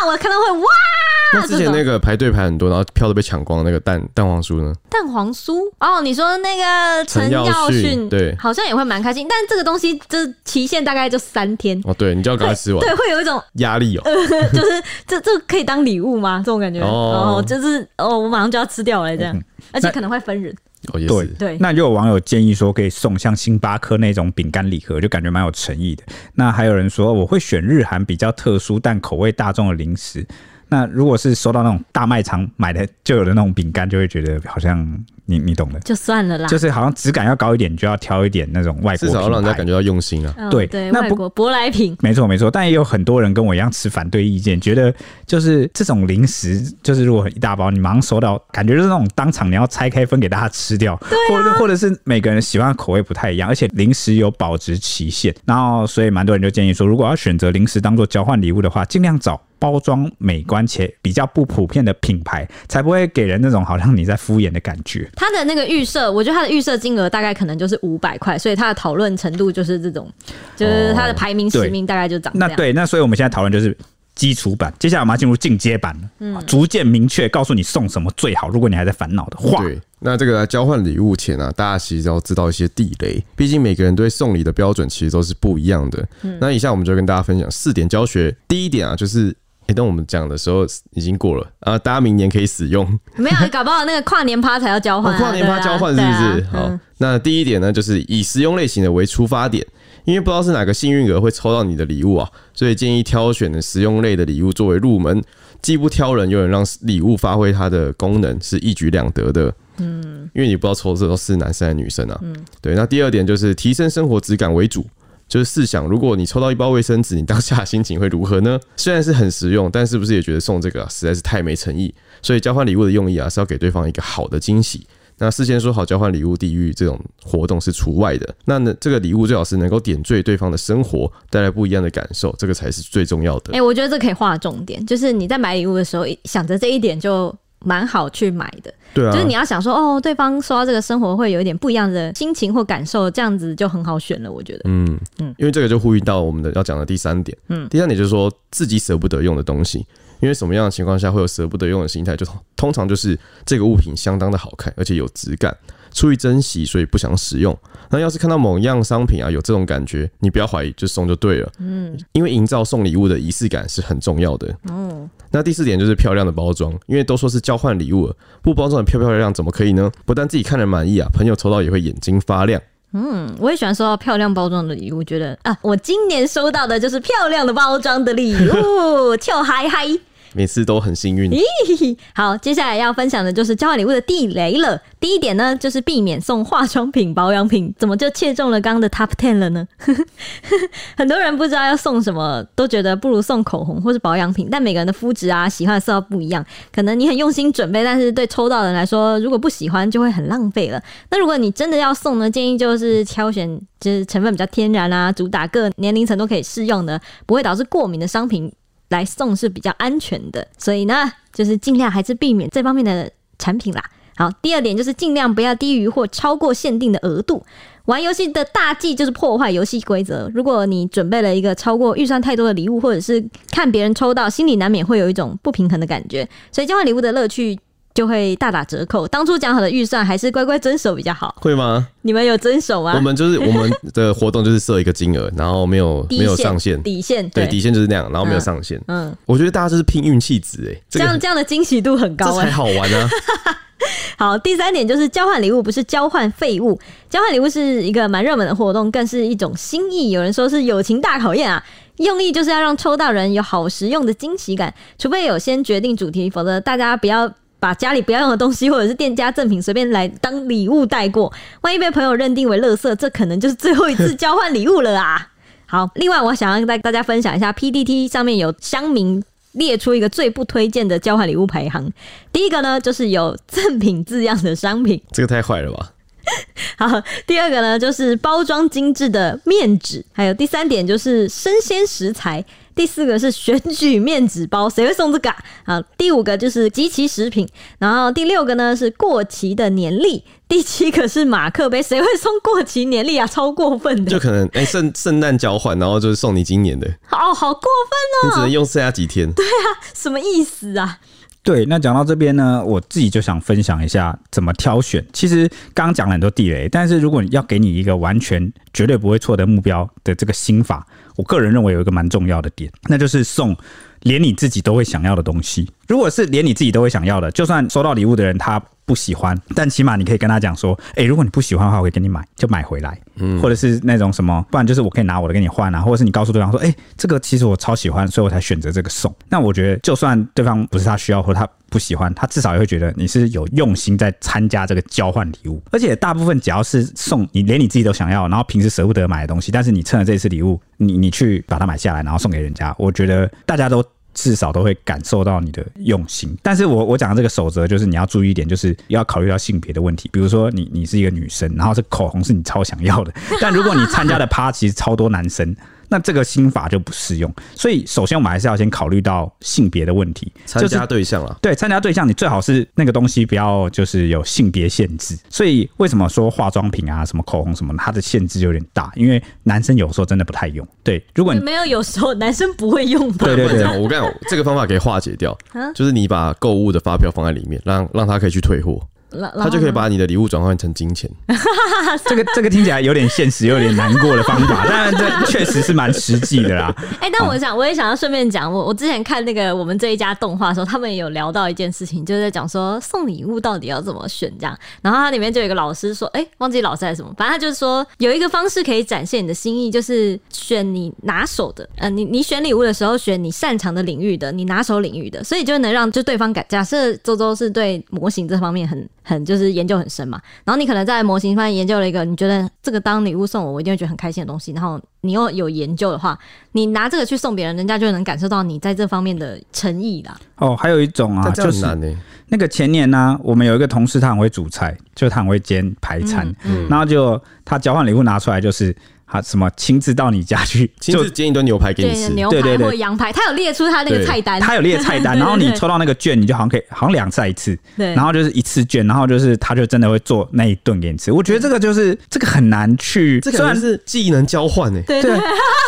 S2: 我看到会哇
S3: 那之前那个排队排很多，然后票都被抢光，那个蛋蛋黄酥呢？
S2: 蛋黄酥哦。你说那个
S3: 陈
S2: 陈
S3: 耀
S2: 耀
S3: 迅
S2: 迅
S3: 对
S2: 好像也会蛮开心，但这个东西就是期限大概就三天，
S3: 哦，对，你就要赶快吃完，
S2: 对，会有一种呃
S3: 压力哦。
S2: 就是这这可以当礼物吗？这种感觉
S3: 哦
S2: 哦就是哦，我马上就要吃掉了这样，而且
S1: 那
S2: 可能会分人，
S3: 哦，也
S1: 对
S3: 是。
S2: 对，
S1: 那就有网友建议说，可以送像星巴克那种饼干礼盒，就感觉蛮有诚意的。那还有人说，哦我会选日韩比较特殊但口味大众的零食。那如果是收到那种大卖场买的就有的那种饼干，就会觉得好像你你懂的，
S2: 就算了啦。
S1: 就是好像质感要高一点，就要挑一点那种外
S3: 至
S1: 国
S3: 少要让
S1: 品
S3: 人家感
S1: 牌。
S3: 觉到用心啊。
S2: 嗯
S1: 对
S2: 对，
S1: 那
S2: 外
S1: 不
S2: 国舶来品，
S1: 没错没错，但也有很多人跟我一样持反对意见，觉得就是这种零食，就是如果一大包你马上收到，感觉就是那种当场你要拆开分给大家吃掉，或者或者是每个人喜欢的口味不太一样，而且零食有保质期限，然后所以蛮多人就建议说，如果要选择零食当做交换礼物的话，尽量找。包装美观且比较不普遍的品牌，才不会给人那种好像你在敷衍的感觉。
S2: 它的那个预设，我觉得它的预设金额大概可能就是五百块，所以它的讨论程度就是这种，就是它的排名
S1: 对
S2: 十名大概就长这
S1: 那
S2: 样。
S1: 对，那所以我们现在讨论就是基础版，接下来我们要进入进阶版了，逐渐明确告诉你送什么最好。如果你还在烦恼的话，
S3: 对那这个交换礼物前啊，大家其实要知道一些地雷，毕竟每个人对送礼的标准其实都是不一样的。那以下我们就跟大家分享四点教学。第一点啊，就是。诶等我们讲的时候已经过了啊，大家明年可以使用。
S2: 没有，搞不好那个跨年趴才要交换、
S3: 哦
S2: 啊，
S3: 跨年趴
S2: 对啊
S3: 交换是不是
S2: 对？啊
S3: 好
S2: 嗯，
S3: 那第一点呢，就是以实用类型的为出发点，因为不知道是哪个幸运儿会抽到你的礼物啊，所以建议挑选的实用类的礼物作为入门，既不挑人，又能让礼物发挥它的功能，是一举两得的。嗯，因为你不知道抽的时候是男生还是女生啊。嗯，对。那第二点就是提升生活质感为主。就是试想，如果你抽到一包卫生纸，你当下的心情会如何呢？ 虽然是很实用，但是不是也觉得送这个、啊、实在是太没诚意？所以交换礼物的用意啊，是要给对方一个好的惊喜。那事先说好交换礼物地域这种活动是除外的。那呢，这个礼物最好是能够点缀对方的生活，带来不一样的感受，这个才是最重要的
S2: 哎、。我觉得这可以划重点，就是你在买礼物的时候想着这一点就蛮好去买的，
S3: 对啊，
S2: 就是你要想说哦，对方收到这个生活会有一点不一样的心情或感受，这样子就很好选了。我觉得，
S3: 嗯，因为这个就呼应到我们的要讲的第三点。嗯，第三点就是说自己舍不得用的东西，因为什么样的情况下会有舍不得用的心态？就通常就是这个物品相当的好看，而且有质感，出于珍惜，所以不想使用。那要是看到某样商品啊有这种感觉，你不要怀疑，就送就对了。嗯，因为营造送礼物的仪式感是很重要的。哦，那第四点就是漂亮的包装，因为都说是交换礼物了，不包装的漂漂亮亮怎么可以呢？不但自己看了满意啊，朋友抽到也会眼睛发亮。
S2: 嗯，我也喜欢收到漂亮包装的礼物，觉得啊，我今年收到的就是漂亮的包装的礼物， 就嗨嗨。
S3: 每次都很幸运。
S2: 好，接下来要分享的就是交换礼物的地雷了。第一点呢，就是避免送化妆品、保养品，怎么就切中了刚刚的 Top Ten 了呢？ 很多人不知道要送什么，都觉得不如送口红或是保养品，但每个人的肤质啊、喜欢的色调不一样，可能你很用心准备，但是对抽到的人来说，如果不喜欢就会很浪费了。那如果你真的要送呢，建议就是挑选就是成分比较天然啊，主打各年龄层都可以适用的，不会导致过敏的商品来送是比较安全的，所以呢，就是尽量还是避免这方面的产品啦。好，第二点就是尽量不要低于或超过限定的额度。玩游戏的大忌就是破坏游戏规则。如果你准备了一个超过预算太多的礼物，或者是看别人抽到，心里难免会有一种不平衡的感觉，所以交换礼物的乐趣就会大打折扣。当初讲好的预算，还是乖乖遵守比较好。
S3: 会吗？
S2: 你们有遵守吗？
S3: 我们就是我们的活动就是设一个金额，然后没有
S2: 底
S3: 没有上限，
S2: 底线
S3: 对，底线就是那样，然后没有上限。
S2: 嗯，
S3: 我觉得大家就是拼运气值，哎，
S2: 这
S3: 这
S2: 样
S3: 个
S2: 这样的惊喜度很
S3: 这
S2: 高哎、
S3: 才好玩啊！
S2: 好，第三点就是交换礼物，不是交换废物。交换礼物是一个蛮热门的活动，更是一种心意。有人说是友情大考验啊，用意就是要让抽到人有好实用的惊喜感。除非有先决定主题，否则大家不要。把家里不要用的东西，或者是店家赠品随便来当礼物带过，万一被朋友认定为垃圾，这可能就是最后一次交换礼物了啊！好，另外我想要带大家分享一下，PDT 上面有乡民列出一个最不推荐的交换礼物排行，第一个呢，就是有赠品字样的商品；
S3: 这个太坏了吧？
S2: 好，第二个呢，就是包装精致的面纸；还有第三点就是生鲜食材；第四个是选举面纸包，谁会送这个啊？好，第五个就是集齐食品；然后第六个呢是过期的年历；第七个是马克杯，谁会送过期年历啊？超过分
S3: 就
S2: 的
S3: 可能哎圣圣诞交换，然后就是送你今年的，你
S2: 哦，好过
S3: 只能用剩下几天。
S2: 分，什么意思啊？
S1: 对，那讲到这边呢，我自己就想分享一下怎么挑选。其实刚刚讲了很多地雷，但是如果你要给你一个完全绝对不会错的目标的这个心法，我个人认为有一个蛮重要的点，那就是送连你自己都会想要的东西。如果是连你自己都会想要的，就算收到礼物的人他不喜欢，但起码你可以跟他讲说，诶，如果你不喜欢的话，我会给你买，就买回来。或者是那种什么，不然就是我可以拿我的跟你换啊，或者是你告诉对方说，哎、这个其实我超喜欢，所以我才选择这个送。那我觉得，就算对方不是他需要或他不喜欢，他至少也会觉得你是有用心在参加这个交换礼物。而且大部分只要是送你，连你自己都想要，然后平时舍不得买的东西，但是你趁着这次礼物，你你去把它买下来，然后送给人家，我觉得大家都。至少都会感受到你的用心。但是我我讲的这个守则就是你要注意一点，就是要考虑到性别的问题。比如说你你是一个女生，然后这口红是你超想要的，但如果你参加的趴其实超多男生。那这个心法就不适用，所以首先我们还是要先考虑到性别的问题，
S3: 参
S1: 就是
S3: 加对象啊，
S1: 对，参加对象你最好是那个东西不要就是有性别限制，所以为什么说化妆品啊、什么口红什么，它的限制有点大，因为男生有时候真的不太用。对，如果你
S2: 没有，有时候男生不会用吧？
S1: 对对
S3: 不然这
S1: 对
S3: 样我跟你讲，这个方法可以化解掉，就是你把购物的发票放在里面，让让他可以去退货。
S2: 哦
S3: 他就可以把你的礼物转换成金钱。
S1: 这个这个听起来有点现实，有点难过的方法，但这确实是蛮实际的啦。
S2: 哎、但我想，我也想要顺便讲，我我之前看那个我们这一家动画的时候，他们也有聊到一件事情，就是在讲说送礼物到底要怎么选这样。然后它里面就有一个老师说，哎、忘记老师还是什么，反正他就是说有一个方式可以展现你的心意，就是选你拿手的，呃，你你选礼物的时候选你擅长的领域的，你拿手领域的，所以就能让就对方感。假设周周是对模型这方面很很就是研究很深嘛，然后你可能在模型方面研究了一个你觉得这个当礼物送我，我一定会觉得很开心的东西，然后你又有研究的话，你拿这个去送别人，人家就能感受到你在这方面的诚意啦。
S1: 哦，还有一种啊，
S3: 但这样
S1: 就
S3: 很
S1: 是
S3: 难欸呢、
S1: 那个前年呢、我们有一个同事他很会煮菜，就他很会煎排餐，
S3: 嗯
S1: 然后就他交换礼物拿出来就是他什么亲自到你家去，
S3: 亲
S1: 就
S3: 自煎一顿牛排给你
S2: 对，
S3: 吃，
S2: 牛
S1: 对
S2: 排
S1: 对对
S2: 或羊排，他有列出他那个
S3: 对
S2: 菜单，
S1: 他有列菜单，
S2: 对
S1: 然后你
S2: 对对
S1: 抽到那个券，你就好像可以好像两次一次，
S2: 对，
S1: 然后就是一次券，然后就是他就真的会做那一顿给你吃。我觉得这个就是这个很难去，
S3: 这
S1: 虽
S3: 感
S1: 然
S3: 觉是技能交换呢、欸
S2: 对
S1: 对
S2: 对，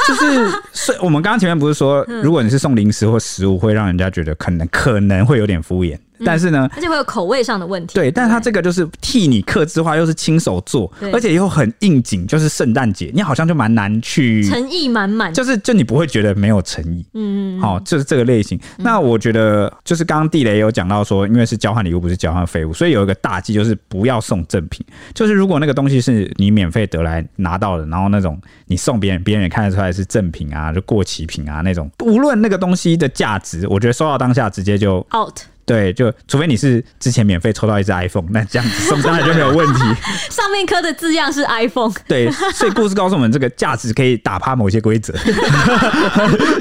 S1: 就是是我们刚刚前面不是说，如果你是送零食或食物，会让人家觉得可能可能会有点敷衍，但是呢。
S2: 而且会有口味上的问题。
S1: 对，但他这
S2: 不
S1: 个就是替你克制化，又是亲手做
S2: 对，
S1: 而且又很应景，就是圣诞节，你好像就蛮难去，
S2: 诚意满满，
S1: 就是就你不会觉得没有诚意。
S2: 嗯，
S1: 好、就是这个类型。那我觉得就是刚刚地雷有讲到说，因为是交换礼物，不是交换废物，所以有一个大忌就是不要送赠品。就是如果那个东西是你免费得来拿到的，然后那种你送别人，别人也看得出来是赠品啊，就过期品啊那种，
S2: 嗯
S1: 无论那个东西的价值，我觉得收到当下直接就
S2: out
S1: 对，就除非你是之前免费抽到一只 iPhone，那这样子送当然就没有问题。
S2: 上面刻的字样是 iPhone，
S1: 对，所以故事告诉我们，这个价值可以打趴某些规则。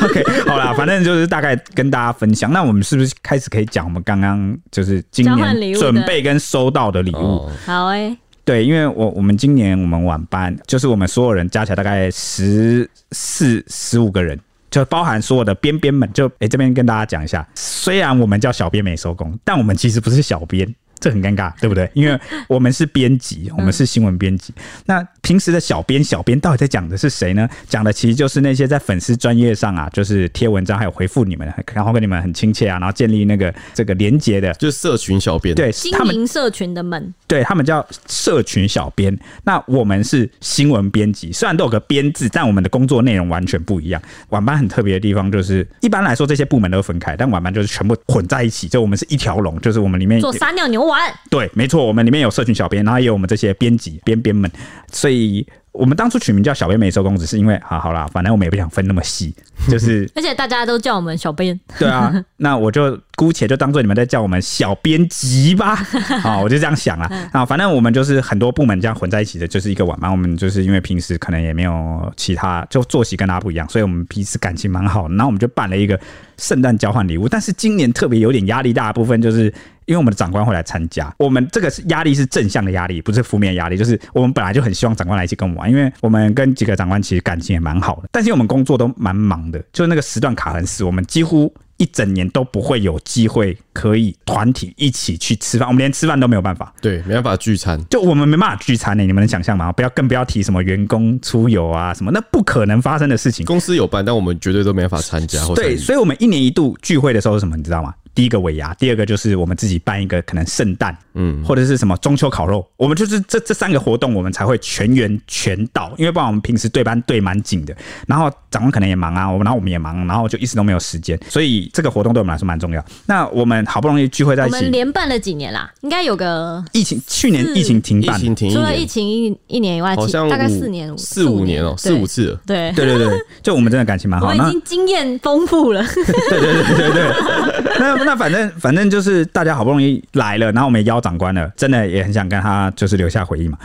S1: OK，好啦，反正就是大概跟大家分享。那我们是不是开始可以讲我们刚刚就是今
S2: 交换礼
S1: 年
S2: 物的
S1: 准备跟收到的礼物？
S3: 哦，
S2: 好哎、
S1: 对，因为我我们今年我们晚班，就是我们所有人加起来大概十四十五个人。就包含所有的编编们，就诶、这边跟大家讲一下，虽然我们叫小编没收工，但我们其实不是小编，这很尴尬，对不对？因为我们是编辑，我们是新闻编辑。那平时的小编，小编到底在讲的是谁呢？讲的其实就是那些在粉丝专业上啊，就是贴文章还有回复你们，然后跟你们很亲切啊，然后建立那个这个连接的，
S3: 就是社群小编。，
S1: 对，
S2: 经
S1: 他们
S2: 营社群的门，
S1: 对他们叫社群小编，那我们是新闻编辑，虽然都有个“编”字，但我们的工作内容完全不一样。晚班很特别的地方就是，一般来说这些部门都分开，但晚班就是全部混在一起，就我们是一条龙，就是我们里面
S2: 做撒尿牛丸，
S1: 对，没错，我们里面有社群小编，然后也有我们这些编辑编编们，所以我们当初取名叫“小编没收工”，只是因为啊，好啦，反正我们也不想分那么细，就是
S2: 而且大家都叫我们小编，
S1: 对啊，那我就姑且就当做你们在叫我们小编辑吧，啊，我就这样想了啊，反正我们就是很多部门这样混在一起的，就是一个晚班。我们就是因为平时可能也没有其他，就作息跟大家不一样，所以我们彼此感情蛮好的。然后我们就办了一个圣诞交换礼物，但是今年特别有点压力大的部分就是。因为我们的长官会来参加，我们这个是压力是正向的压力，不是负面的压力。就是我们本来就很希望长官来一起跟我们玩，因为我们跟几个长官其实感情也蛮好的，但是我们工作都蛮忙的，就是那个时段卡很死，我们几乎一整年都不会有机会可以团体一起去吃饭，我们连吃饭都没有办法。
S3: 对，没办法聚餐。
S1: 就我们没办法聚餐呢、你们能想象吗？不要，更不要提什么员工出游啊什么，那不可能发生的事情。
S3: 公司有办，但我们绝对都没办法参加或参
S1: 对，
S3: 与。
S1: 所以我们一年一度聚会的时候是什么，你知道吗？第一个尾牙，第二个就是我们自己办一个可能圣诞，嗯，或者是什么中秋烤肉，我们就是这这三个活动，我们才会全员全到，因为不然我们平时对班对蛮紧的，然后长官可能也忙啊，我们然后我们也忙，然后就一直都没有时间，所以这个活动对我们来说蛮重要。那我们好不容易聚会在
S2: 我
S1: 一
S2: 们
S1: 起，
S2: 连办了几年啦，应该有个
S1: 疫情去年疫情停
S3: 疫
S1: 办，
S3: 情停一
S2: 除了疫
S3: 年，
S2: 情一一年以外，
S3: 好
S2: 其
S3: 像
S2: 大概
S3: 五
S2: 四年
S3: 四五年哦，四五。次了。
S2: 对对，
S1: 对对 对，就我们真的感情蛮
S2: 我
S1: 好。
S2: 们
S1: 那
S2: 已经经验丰富了，
S1: 对对对对对，那那反正反正就是大家好不容易来了，然后我们也邀长官了，真的也很想跟他就是留下回忆嘛。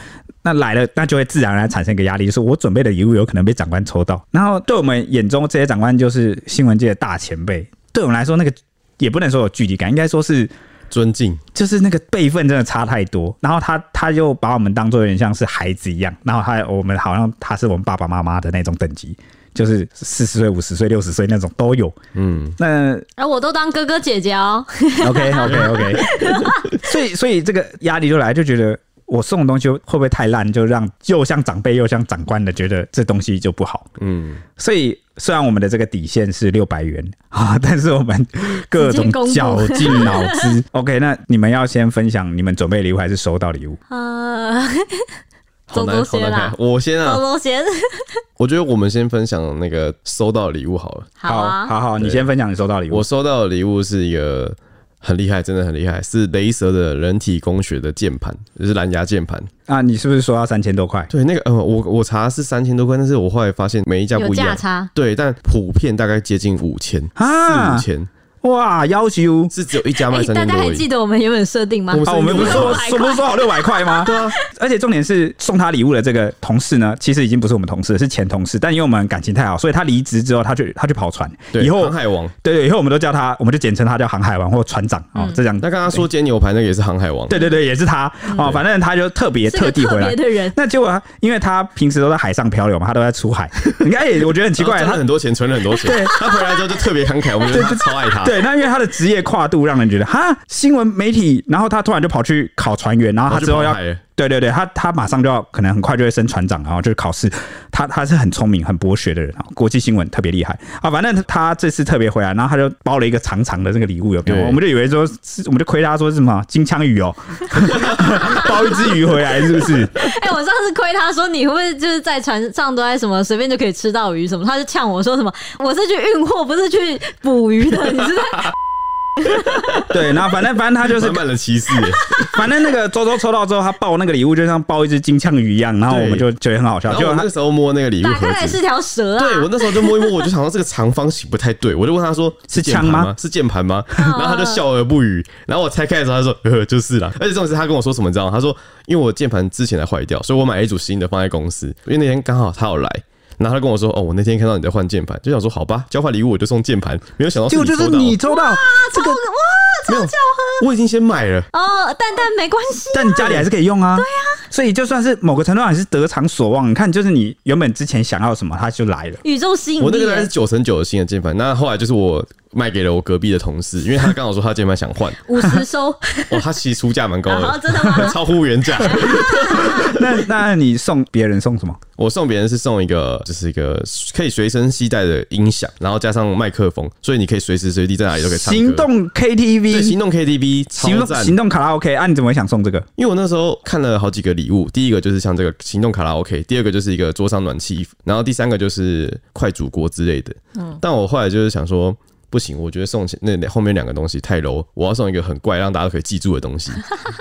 S1: 那来了，那就会自然而然产生一个压力，就是我准备的礼物有可能被长官抽到。然后对我们眼中这些长官就是新闻界的大前辈，对我们来说那个也不能说有距离感，应该说是
S3: 尊敬，
S1: 就是那个辈分真的差太多，然后他他又把我们当做有点像是孩子一样，然后他我们好像他是我们爸爸妈妈的那种等级，就是四十岁、五十岁、六十岁那种都有。
S3: 嗯，
S1: 那
S2: 然啊后我都当哥哥姐姐哦。
S1: OK OK OK，所以所以这个压力就来，就觉得我送的东西会不会太烂，就让又像长辈又像长官的觉得这东西就不好。
S3: 嗯，
S1: 所以虽然我们的这个底线是六百元 啊，但是我们各种
S2: 直接公布
S1: 绞尽脑 汁。OK，那你们要先分享你们准备礼物还是收到礼物？
S2: 呃，走
S3: 好难
S2: 走
S3: 好
S2: 鞋
S3: 难
S2: 啦
S3: 看。 我先
S2: 周
S3: 啊，
S2: 周先，
S3: 我觉得我们先分享那个收到的礼物好了。
S2: 好啊，
S1: 好好，你先分享你收到礼物
S3: 我。收到的礼物是一个很厉害，真的很厉害，是雷蛇的人体工学的键盘，就是蓝牙键盘。
S1: 啊，你是不是说要三千多块？
S3: 对，那个呃，我我查是三千多块，但是我后来发现每一家
S2: 有
S3: 不一
S2: 价
S3: 样。
S2: 差，
S3: 对，但普遍大概接近五千，四
S1: 啊
S3: 五千，
S1: 哇，要求
S3: 是只有一家卖
S2: 哎，
S3: 三
S2: 大
S3: 千
S2: 家
S3: 多
S2: 还
S3: 而
S2: 记
S3: 已。
S2: 得我们原本设定吗？
S1: 啊，我们不是说
S2: 600
S1: 说不 是说好六百块吗？对啊，而且重点是送他礼物的这个同事呢，其实已经不是我们同事了，是前同事，但因为我们感情太好，所以他离职之后，他去他去跑船，
S3: 对，
S1: 以后
S3: 航海王，
S1: 对对，以后我们都叫他，我们就简称他叫航海王或船长哦，这样。
S3: 那刚刚说煎牛排那个也是航海王，
S1: 对对对，也是他哦，反正他就特别
S2: 是个
S1: 特地
S2: 特
S1: 回来
S2: 别。的人，
S1: 那结果啊，因为他平时都在海上漂流嘛，他都在出海。 你看，哎，我觉得很奇怪，
S3: 然
S1: 他
S3: 后赚哦了很多钱，存了很多钱，他回来之后就特别慷慨，我们就超爱他。
S1: 对，那因为他的职业跨度让人觉得哈，新闻媒体，然后他突然就跑去考船员，然后他
S3: 然后就
S1: 之后要
S3: 跑海了，
S1: 对对对，他他马上就要可能很快就会升船长，然后就考试，他他是很聪明、很博学的人啊，国际新闻特别厉害啊。反正他这次特别回来，然后他就包了一个长长的这个礼物，有没有？
S3: 对
S1: 我们就以为说，是我们就亏他说是什么金枪鱼 哦，包一只鱼回来是不是？
S2: 哎、我上次亏他说你会不会就是在船上都在什么随便就可以吃到鱼什么，他就呛我说什么我是去运货不是去捕鱼的，你是 在
S1: 对，然后反正反正他就是
S3: 满满的歧视耶，
S1: 反正那个周周抽到之后，他抱那个礼物就像抱一只金枪鱼一样，然后我们就觉得很好笑，
S3: 然
S1: 结
S3: 后
S1: 果
S3: 我
S1: 他
S3: 那时候摸那个礼物
S2: 打
S3: 盒
S2: 开来
S3: 子
S2: 是。条蛇啊！
S3: 对我那时候就摸一摸，我就想到这个长方形不太对，我就问他说：“
S1: 是
S3: 键盘
S1: 枪吗
S3: 吗？是键盘吗？”然后他就笑而不语。然后我拆开的时候，他说：“呃，就是啦。”而且重点是他跟我说什么，你知道吗？他说：“因为我键盘之前才坏掉，所以我买了一组新的放在公司。因为那天刚好他有来，然后他跟我说：‘哦，我那天看到你在换键盘，就想说好吧，交换礼物我就送键盘。’没有想到
S1: 结果就是
S3: 抽到
S1: 你抽到这个，
S3: 没有， 我已经先买了。
S2: 哦，蛋蛋没关系，
S1: 但你家里还是可以用啊。对啊，所以就算是某个程度上也是得偿所望。你看，就是你原本之前想要什么，它就来了。
S2: 宇宙吸引
S3: 我那
S2: 力
S3: 个大概是
S2: 耶，
S3: 九成九的新的键盘，那后来就是我卖给了我隔壁的同事，因为他刚好说他键盘想换，
S2: 五十收，
S3: 哦，他其实出价蛮高
S2: 然后
S3: 的，
S2: 真的吗？
S3: 超乎原价。
S1: 那那你送别人送什么？
S3: 我送别人是送一个，就是一个可以随身携带的音响，然后加上麦克风，所以你可以随时随地在哪里都可以唱歌。
S1: 行动
S3: 对
S1: KTV，
S3: 行动 KTV
S1: 行
S3: 超
S1: 动
S3: 赞，
S1: 行动卡拉 OK 啊？你怎么会想送这个？
S3: 因为我那时候看了好几个礼物，第一个就是像这个行动卡拉 OK，第二个就是一个桌上暖气，然后第三个就是快煮锅之类的。嗯，但我后来就是想说。不行，我觉得送前那两后面两个东西太 low，我要送一个很怪，让大家都可以记住的东 西。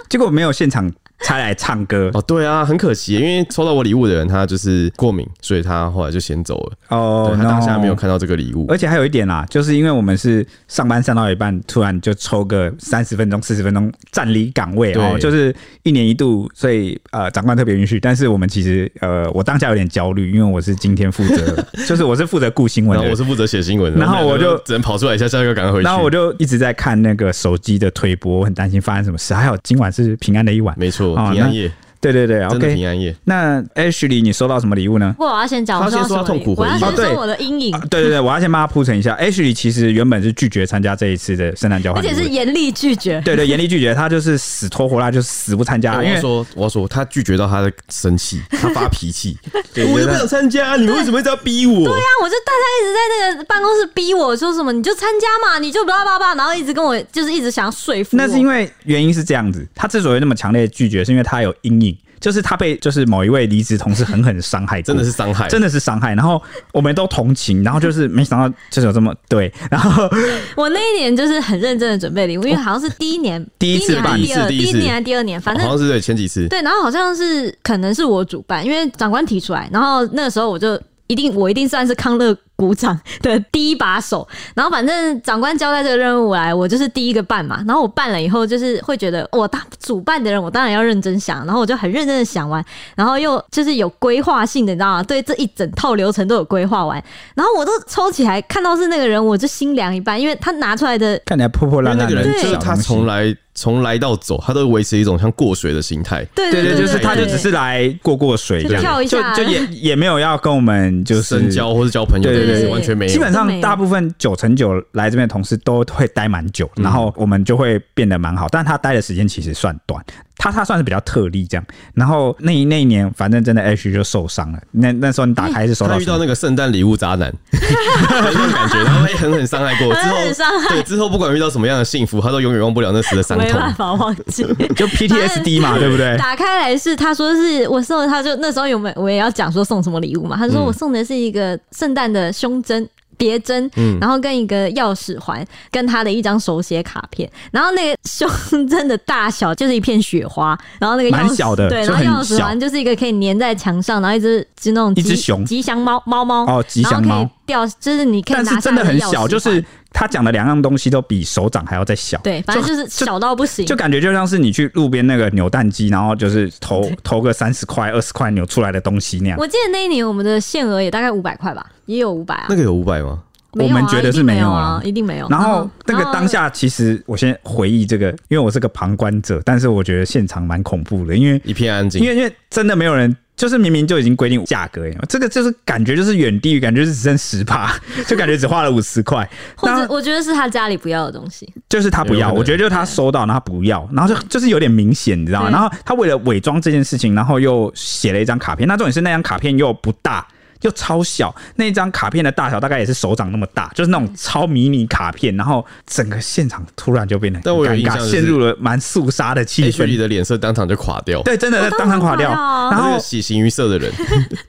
S1: 结果没有现场才来唱歌
S3: 哦，对啊，很可惜，因为抽到我礼物的人他就是过敏，所以他后来就先走了。
S1: 哦
S3: 对，他当下
S1: no
S3: 没有看到这个礼物。
S1: 而且还有一点啦，就是因为我们是上班上到一半，突然就抽个三十分钟、四十分钟站离岗位哦，
S3: 对
S1: 就是一年一度，所以呃，长官特别允许。但是我们其实呃，我当下有点焦虑，因为我是今天负 责，就是我是负责顾新闻
S3: 然后
S1: 的
S3: 我。是负责写新闻的，
S1: 然后我
S3: 们两个
S1: 就
S3: 只能跑出来一下，下一个赶快回去。
S1: 然后我
S3: 就
S1: 就一直在看那个手机的推播，我很担心发生什么事。还好今晚是平安的一晚。
S3: 没错，
S1: 哦
S3: 平安夜，
S1: 对对对
S3: 真的
S1: ，OK。
S3: 平安夜。
S1: 那 Ashley，你收到什么礼物 呢？
S2: 不过我要先讲，
S3: 他
S2: 我收到
S3: 先说他
S2: 什么
S3: 痛苦
S2: 礼物我要
S3: 回忆
S1: 哦
S2: 先
S1: 对
S2: 说我的阴影，
S1: 对对对，我要先帮他铺陈一下。Ashley 其实原本是拒绝参加这一次的圣诞交
S2: 而
S1: 换礼物
S2: 且
S1: 的，
S2: 是严厉拒 绝。
S1: 对对，严厉拒绝，他就是死拖活拉，就是死不参加，
S3: 我
S1: 啊因
S3: 要
S1: 为
S3: 哦说，我要说，他拒绝到他在生气，他发脾气，
S1: 对对
S3: 我又不想参加，你为什么一直要逼我？对
S2: 啊！我就大家一直在那个办公室逼我说什么，你就参加嘛，你就巴拉巴拉，然后一直跟我就是一直想要说服我。
S1: 那是因为原因是这样子，他之所以那么强烈的拒绝，是因为他有阴影，就是他被就是某一位离职同事狠狠地伤害过，
S3: 真的是伤害，
S1: 真的是伤害，然后我们都同情，然后就是没想到就是有这么对，然后
S2: 我那一年就是很认真的准备礼物，因为好像是第一年，
S1: 第一次哦
S2: 年还
S1: 办
S2: 是第二，
S3: 第一次第一
S2: 一
S3: 次
S2: 年还是第二年，反
S3: 好
S2: 正
S3: 像是对前几次，
S2: 对，然后好像是可能是我主办，因为长官提出来，然后那个时候我就一定我一定算是康乐鼓掌的第一把手，然后反正长官交代这个任务来，我就是第一个办嘛，然后我办了以后就是会觉得我当主办的人，我当然要认真想，然后我就很认真的想完，然后又就是有规划性的，你知道吗？对这一整套流程都有规划完，然后我都抽起来看到是那个人，我就心凉一半，因为他拿出来的
S1: 看起来破破
S3: 因为
S1: 烂
S3: 那
S1: 烂
S3: 个
S1: 的
S3: 人
S1: 小
S3: 就是
S1: 东西，
S3: 他从来从来到走，他都维持一种像过水的形态。
S2: 对
S1: 对
S2: 对
S1: 对，就是他就
S2: 对
S1: 只是来过过水
S2: 就
S1: 这样，
S2: 跳一
S1: 就
S2: 下
S1: 就也也没有要跟我们就是
S3: 深交或是交朋友，
S1: 对对
S2: 对
S3: 完全没有。
S1: 基本
S2: 都
S1: 上
S2: 没有
S1: 大部分九成九来这边的同事都会待蛮久，然后我们就会变得蛮好，但他待的时间其实算短。他他算是比较特例这样。然后那一那一年，反正真的 H 就受伤了。那那时候你打开是收
S3: 他
S1: 到
S3: 遇
S1: 什
S3: 到
S1: 么？
S3: 那个圣诞礼物渣男， 那种感觉，然后被狠狠伤害 过，之
S2: 狠狠伤
S3: 后对之后不管遇到什么样的幸福，他都永远忘不了那时的伤
S2: 没
S3: 痛。
S2: 办法忘记。
S1: 就 PTSD 嘛，对不 对？
S2: 打开来是他说是我送的，他就那时候有没我也要讲说送什么礼物嘛？他
S1: 嗯
S2: 说我送的是一个圣诞的胸针。别针，
S1: 嗯
S2: 然后跟一个钥匙环，跟他的一张手写卡片，然后那个胸针的大小就是一片雪花，然后那个钥匙
S1: 蛮小的
S2: 对，
S1: 就
S2: 然后
S1: 很
S2: 钥匙环就是一个可以粘在墙上，然后一只就那种
S1: 一只
S2: 吉
S1: 熊
S2: 吉祥猫猫猫
S1: 哦吉祥猫
S2: 然后可以掉，就是你可以
S1: 但
S2: 拿
S1: 是
S2: 下
S1: 真的
S2: 来
S1: 很
S2: 钥匙
S1: 小，
S2: 环
S1: 就是他讲的两样东西都比手掌还要再小。
S2: 对，反正就是小到不行，
S1: 就感觉就像是你去路边那个扭蛋机，然后就是投投个三十块、二十块扭出来的东西那样。
S2: 我记得那一年我们的限额也大概五百块吧，也有五百啊
S3: 那。个有五百吗？
S2: 没有啊
S1: 我们觉得是
S2: 一定
S1: 没
S2: 没
S1: 有啊
S2: 啊，一定没有。
S1: 然后那个
S2: 然后
S1: 当下，其实我先回忆这个，因为我是个旁观者，但是我觉得现场蛮恐怖的，因为
S3: 一片安静
S1: 因。为因为真的没有人，就是明明就已经规定价格了，这个就是感觉就是远低于，感觉只剩十趴，就感觉只花了五十块，
S2: 哦或
S1: 然
S2: 者
S1: 后
S2: 我觉得是他家里不要的东西，
S1: 就是他不
S3: 有可
S1: 要，
S3: 能
S1: 我觉得就是他收到，然后他不要，然后就就是有点明显，你知道吗？
S2: 对
S1: 然后他为了伪装这件事情，然后又写了一张卡片，那重点是那张卡片又不大。又超小，那一张卡片的大小大概也是手掌那么大，就是
S2: 嗯
S1: 那种超迷你卡片。然后整个现场突然就变得很
S3: 但我有
S1: 尴
S3: 印象
S1: 尬，
S3: 就是
S1: 陷入了蛮肃杀的气
S3: H 里
S1: 氛。
S3: 的脸色当场就垮掉，
S1: 对，真的
S2: 我
S1: 当场垮掉。
S2: 哦当场垮掉啊
S1: 然
S3: 他
S1: 后
S3: 是喜形于色的人，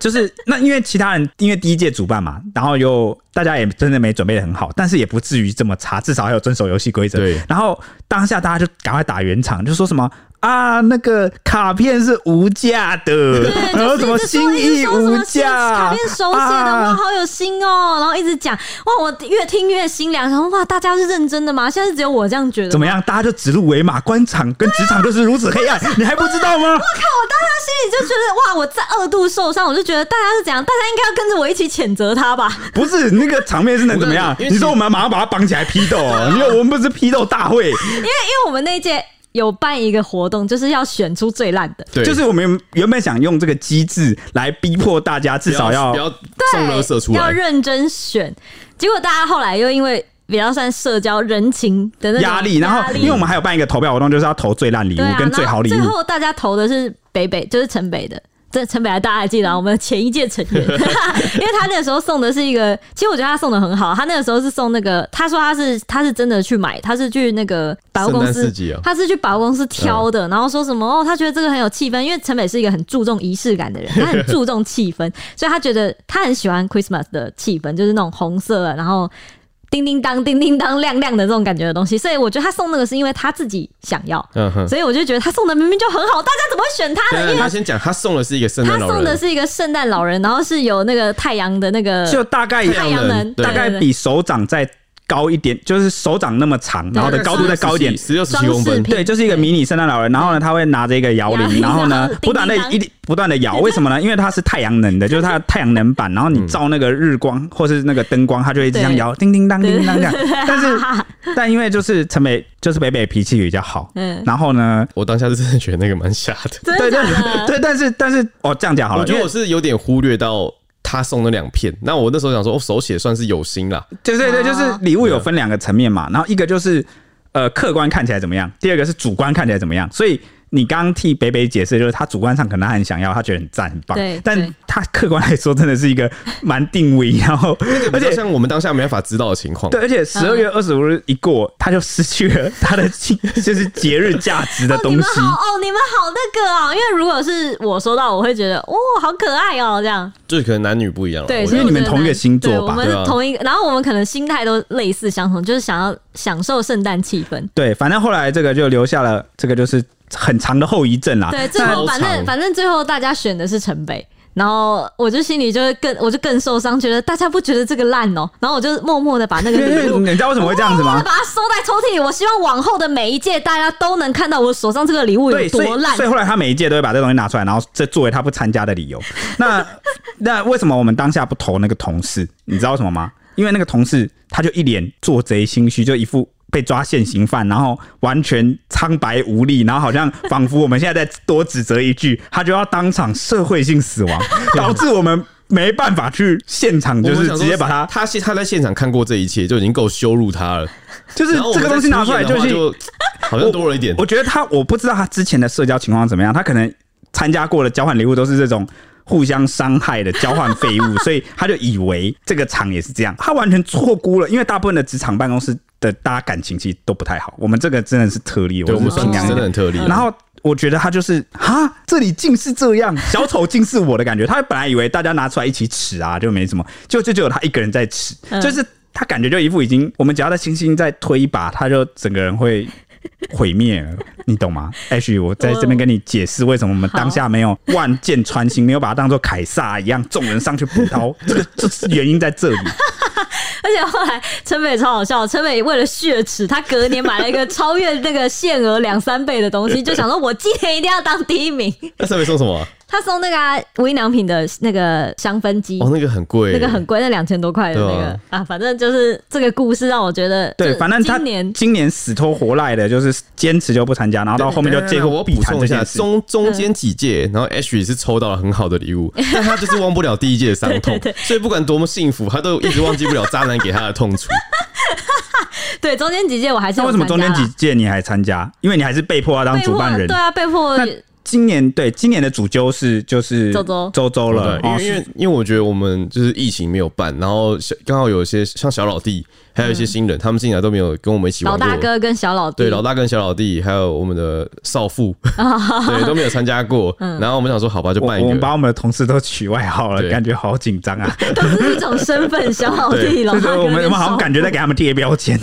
S1: 就是那因为其他人因为第一届主办嘛，然后又大家也真的没准备的很好，但是也不至于这么差，至少还有遵守游戏规则。
S3: 对
S1: 然后当下大家就赶快打圆场，就说什么。啊，那个卡片是无价的，然后什呃么心意无价
S2: 卡片手写的哇，
S1: 啊，
S2: 好有心哦。然后一直讲哇，我越听越心凉，然后哇，大家是认真的吗？现在是只有我这样觉得吗，
S1: 怎么样？大家就指鹿为马，官场跟职场就是如此黑暗，你还不知道吗？
S2: 啊我当时心里就觉得哇，我在二度受伤，我就觉得大家是怎样，大家应该要跟着我一起谴责他吧。
S1: 不是那个场面是能怎么样
S3: 我？跟你因为
S1: 你说我们马上把他绑起来批斗哦，因为我们不是批斗大会，
S2: 因为我们那一届有办一个活动，就是要选出最烂的，
S3: 对，
S1: 就是我们原本想用这个机制来逼迫大家，至
S3: 至
S1: 少要
S3: 不要送垃圾出
S2: 要
S3: 来。
S2: 认真选。结果大家后来又因为比较算社交人情的那种
S1: 压力。然后
S2: 压，啊
S1: 因为我们还有办一个投票活动，就是要投最烂礼
S2: 对啊
S1: 物跟最好礼
S2: 然后最
S1: 物。
S2: 后大家投的是北北，就是城北的。这城北还大家还记得、啊、我们前一届成 员，因为他那个时候送的是一个，其实我觉得他送的很好。他那个时候是送那个，他说他是他是真的去买，他是去那个百货公
S3: 圣诞
S2: 司
S3: 市
S1: 哦
S3: 集啊
S2: 他是去百货公司挑
S1: 嗯
S2: 的，然后说什么哦，他觉得这个很有气氛，因为陈北是一个很注重仪式感的人，他很注重气氛，所以他觉得他很喜欢 Christmas 的气氛，就是那种红色啊，然后叮叮当、叮叮当、亮亮的这种感觉的东西。所以我觉得他送那个是因为他自己想要，
S3: 嗯哼，
S2: 所以我就觉得他送的明明就很好，大家怎么会选他
S3: 但
S2: 呢？因
S3: 他
S2: 为
S3: 先讲，他送的是一个圣
S2: 他
S3: 诞老
S2: 送的
S3: 人，
S2: 是一个圣诞老人，然后是有那个太阳的那个
S1: 就大概
S3: 太
S2: 太
S3: 阳
S2: 阳
S3: 能
S2: 能，
S3: 对
S1: 大概
S2: 对对
S1: 比手掌再高一点，就是手掌那么长，然后的高度再高一点。
S3: 十六十
S2: 装
S3: 七公
S2: 饰
S3: 分。
S2: 品，
S1: 对，就是一个迷你圣诞老人，然后呢，他会拿着一个摇
S2: 摇
S1: 铃，
S2: 铃
S1: 然后
S2: 然
S1: 呢
S2: 后叮，
S1: 不断的
S2: 叮当
S1: 一不断的摇，为什么呢？因为它是太阳能的，就是它的太阳能板，然后你照那个日光或是那个灯光，它就会这样
S2: 对
S1: 摇，叮叮当叮叮当这样。但是，但因为就是陈北，就是北北脾气比较好，
S2: 嗯，
S1: 然后呢，
S3: 我当下是真的觉得那个蛮瞎的，
S2: 真
S1: 对
S2: 的
S1: 对
S2: 假的？
S1: 对，但是但是哦，这样讲好了，
S3: 我觉
S1: 因
S3: 得
S1: 为
S3: 我是有点忽略到他送那两片。那我那时候想说，哦，手写算是有心啦，
S1: 对对对，
S2: 哦
S1: 就是礼物有分两个层面嘛，然后一个就是呃客观看起来怎么样，第二个是主观看起来怎么样，所以。你刚刚替北北解释，就是他主观上可能他很想要，他觉得很赞很棒
S2: 对，
S1: 但
S2: 对
S1: 他客观来说真的是一个蛮定位，然后而
S3: 而
S1: 且
S3: 且像我们当下没办法知道的情况
S1: 对，，而且十二
S2: 啊
S1: 月二十五日一过，他就失去了他的就是节日价值的
S2: 哦，你
S1: 东
S2: 们
S1: 西。
S2: 好哦，你们好那个哦，因为如果是我收到，我会觉得哦，好可爱哦，这样。
S3: 就是可能男女不一样了。
S2: 对，
S3: 我
S2: 所以
S1: 哦因为你们
S2: 我觉得
S1: 同一个星座
S2: 对
S1: 吧
S2: 我们
S3: 对
S2: 是
S3: 啊
S2: 同一个，然后我们可能心态都类似相同，就是想要享受圣诞气氛。
S1: 对，反正后来这个就留下了这个就是很长的后遗症啦。
S2: 对，最
S3: 那
S2: 后反
S3: 超
S2: 正
S3: 长
S2: 反正最后大家选的是城北，然后我就心里就是更我就更受伤，觉得大家不觉得这个烂哦、然后我就默默的把那个
S1: 因为
S2: 礼物
S1: 你。知道为什么会这样子
S2: 默默
S1: 吗
S2: 地？把它收在抽屉里。我希望往后的每一届，大家都能看到我手上这个礼物
S1: 对，
S2: 有
S1: 所以
S2: 多烂
S1: 所。以后来他每一届都会把这东西拿出来，然后这作为他不参加的理由。 那那为什么我们当下不投那个同事？你知道为什么吗？因为那个同事他就一脸做贼心虚，就一副。被抓现行犯，然后完全苍白无力，然后好像 仿佛我们现在再多指责一句，他就要当场社会性死亡，导致我们没办法去现场，就
S3: 我们
S1: 是
S3: 想
S1: 直
S3: 说
S1: 接把它，
S3: 他现他在现场看过这一切，就已经够羞辱他了。
S1: 就是
S3: 然后我
S1: 这
S3: 们
S1: 个
S3: 再
S1: 东西拿出来
S3: 出演的话
S1: 是
S3: 就好像多了一点。
S1: 我觉得他，我不知道他之前的社交情况怎么样，他可能参加过的交换礼物都是这种。互相伤害的交换废物，所以他就以为这个场也是这样，他完全错估了。因为大部分的职场办公室的大家感情其实都不太好，我们这个真的是特例，
S3: 对我
S1: 是
S3: 们算
S1: 尽量
S3: 真的很特
S2: 嗯
S3: 例。
S1: 然后我觉得他就是哈，这里竟是这 样，小丑竟是我的感觉。他本来以为大家拿出来一起吃啊，就没什么，就就只有他一个人在吃，
S2: 嗯
S1: 就是他感觉就一副已经，我们只要在轻轻再推一把，他就整个人会。 毁灭了，你懂吗？H，我在这边跟你解释为什么我们当下没有 万箭穿心，没有把它当做凯撒一样，众人上去补 刀，这个这是原因在这里。
S2: 而且后来陈北超好笑，陈北为了血耻，他隔年买了一个超越那个限额两三倍的东西，就想说我今年一定要当第一名。
S3: 那上面送什 么啊？
S2: 他送那个啊无印良品的那个香氛机。
S3: 哦，那个很贵，
S2: 那个很贵，那两千多块的那
S3: 对
S2: 个
S3: 啊
S2: 啊，反正就是这个故事让我觉得，
S1: 对，
S2: 就是
S1: 反正他
S2: 今年
S1: 今年死拖活赖的，就是坚持就不参加，然后到后面就借
S3: 我
S1: 口避
S3: 补
S1: 谈
S3: 充
S1: 这
S3: 一
S1: 件
S3: 下，
S1: 事情。
S2: 嗯
S3: 中中间几届，然后 Ash 是抽到了很好的 礼物，但他就是忘不了第一届的伤痛，所以不管多么幸福，他都一直忘记不了渣男给他的痛 楚。
S2: 对中间几届我还是
S1: 那
S2: 有
S1: 为什么中间
S2: 参加
S1: 几
S2: 啦
S1: 届你还参加？因为你还是被迫要当
S2: 被
S1: 主
S2: 迫
S1: 办人
S2: 对。啊，被迫
S1: 那今年对今年的主揪是就是
S2: 周周
S1: 周周了，
S3: 对，因为因
S1: 哦
S3: 为因为我觉得我们就是疫情没有办，然后小刚好有一些像小老弟，还有一些新人，他们进来都没有跟我们一起
S2: 嗯
S3: 玩
S2: 老
S3: 过。
S2: 大哥跟小老弟，
S3: 对，老大跟小老弟，还有我们的 少妇，对，都没有参加过。
S2: 嗯
S3: 然后我们想说，好吧，就
S1: 我
S3: 办一
S1: 我们
S3: 个。
S1: 把我们的同事都取外号了，
S3: 对
S1: 感觉好紧张 啊！
S2: 都是一种身份，小老弟，老
S1: 就是
S2: 大哥跟
S1: 我们我们好
S2: 少
S1: 像感觉在给他们贴标签。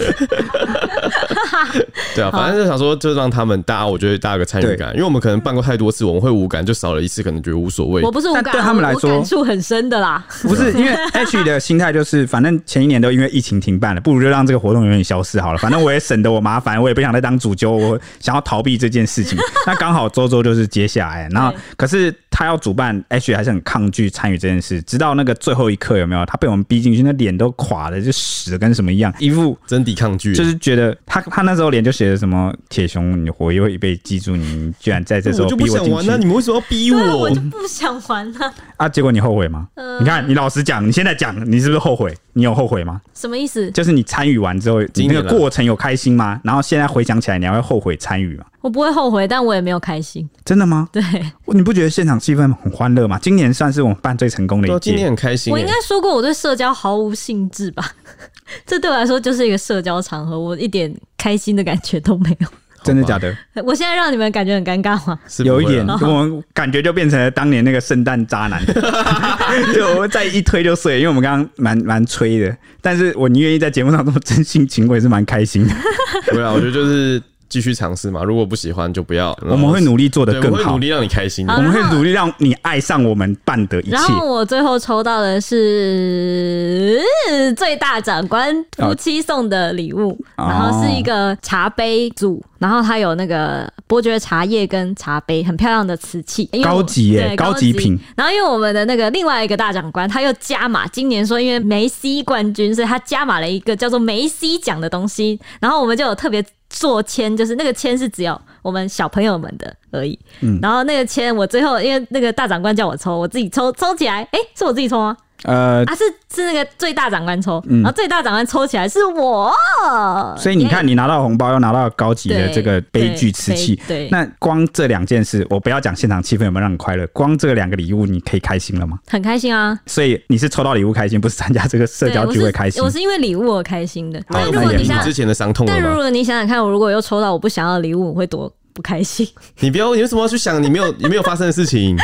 S3: 对啊，反正就想说，就让他们大家，我觉得大家有个参与感，因为我们可能办过太多次，我们会无感，就少了一次，可能觉得无所谓
S2: 我。不是无
S1: 但
S2: 感，
S1: 对他们
S2: 我
S1: 来说
S2: 我感触很深的啦。
S1: 不 是因为 H 的心态就是，反正前一年都因为疫情停办了，不如就让这个活动永远消失好了。反正我也省得我麻烦，我也不想再当主揪，我想要逃避这件事 情。那刚好周周就是接下来，然后
S2: 对
S1: 可是他要主办，H 还是很抗拒参与这件事，直到那个最后一刻有没有？他被我们逼进去，那脸都垮的，就死的跟什么一样，一副
S3: 真敌抗拒，
S1: 就是觉得他他那时候脸就写着什么铁熊，你我又被记住你，你居然在这时候
S3: 我就不
S1: 逼我
S3: 想
S1: 进
S3: 玩，那你
S1: 去
S3: 们为什么要逼
S2: 对啊，我
S3: 我
S2: 就？不想玩了。
S1: 啊！结果你后悔吗？
S2: 嗯
S1: 你看，你老实讲，你现在讲，你是不是后悔？你有后悔吗？
S2: 什么意思？
S1: 就是你参与完之后，你
S3: 经历
S1: 那
S3: 了
S1: 个过程有开心吗？然后现在回想起来，你还会后悔参与吗？
S2: 我不会后悔，但我也没有开心。
S1: 真的吗？
S2: 对
S1: 你不觉得现场气氛很欢乐吗？今年算是我们办最成功的
S3: 对啊
S1: 一
S3: 今天
S1: 届。
S3: 很开心
S2: 我应
S3: 欸
S2: 该，说过我对社交毫无兴致吧？ 这对我来说就是一个社交场合，我一点开心的感觉都没有。
S1: 真的假的？
S2: 我现在让你们感觉很尴尬吗？
S3: 是不
S1: 有
S3: 会
S1: 一
S3: 啊
S1: 点，我们感觉就变成了当年那个圣诞渣男， 就我们再一推就碎，因为我们刚刚蛮蛮吹的，但是我宁愿意在节目上这么真心情，我也是蛮开心的。
S3: 对啊，我觉得就是继续尝试嘛。如果不喜欢就不要。
S1: 我们会努力做
S3: 对，
S1: 得
S3: 我
S1: 更
S3: 会
S1: 好
S3: 努，力让你开心的啊
S1: 我。们会
S2: 然后
S1: 努力让你爱上我们办的一切
S2: 然。后我最后抽到的是嗯最大长官夫妻送的礼物，
S1: 哦
S2: 然后是一个茶杯组，然后它有那个伯爵茶叶跟茶杯，很漂亮的瓷器，因为我
S1: 高级耶
S2: 对
S1: 高
S2: 高
S1: 级品。
S2: 然后因为我们的那个另外一个大长官，他又加码，今年说因为梅西冠军，所以他加码了一个叫做梅西奖的东西，然后我们就有特别。做签就是那个签是只有我们小朋友们的而已，
S1: 嗯
S2: 然后那个签我最后因为那个大长官叫我抽，我自己抽抽起来，诶，是我自己抽吗？
S1: 呃，嗯
S2: 啊，是是那个最大长官抽，然后最大长官抽起来是我，
S1: 所以你看，你拿到红包又拿到高级的
S2: 对
S1: 这个悲剧瓷器，
S2: 对对
S1: 那光这两件事，我不要讲现场气氛有没有让你快乐，光这两个礼物你可以开心了吗？
S2: 很开心啊。
S1: 所以你是抽到礼物开心，不是参加这个社
S2: 对，
S1: 交
S2: 我
S1: 聚
S2: 是
S1: 会开心哦
S2: 我。是因为礼物而开心的。
S3: 他
S2: 但
S3: 有
S2: 如
S3: 抚
S2: 果
S1: 那
S3: 平
S2: 你
S1: 也
S2: 想
S3: 你，之前的伤
S1: 嗯
S3: 痛了
S2: 但如
S3: 吗？
S2: 果你想想看，我如果又抽到我不想要的礼物，我会多不开心。
S3: 你不要，你为什么要去想你没有你没有发生的事情？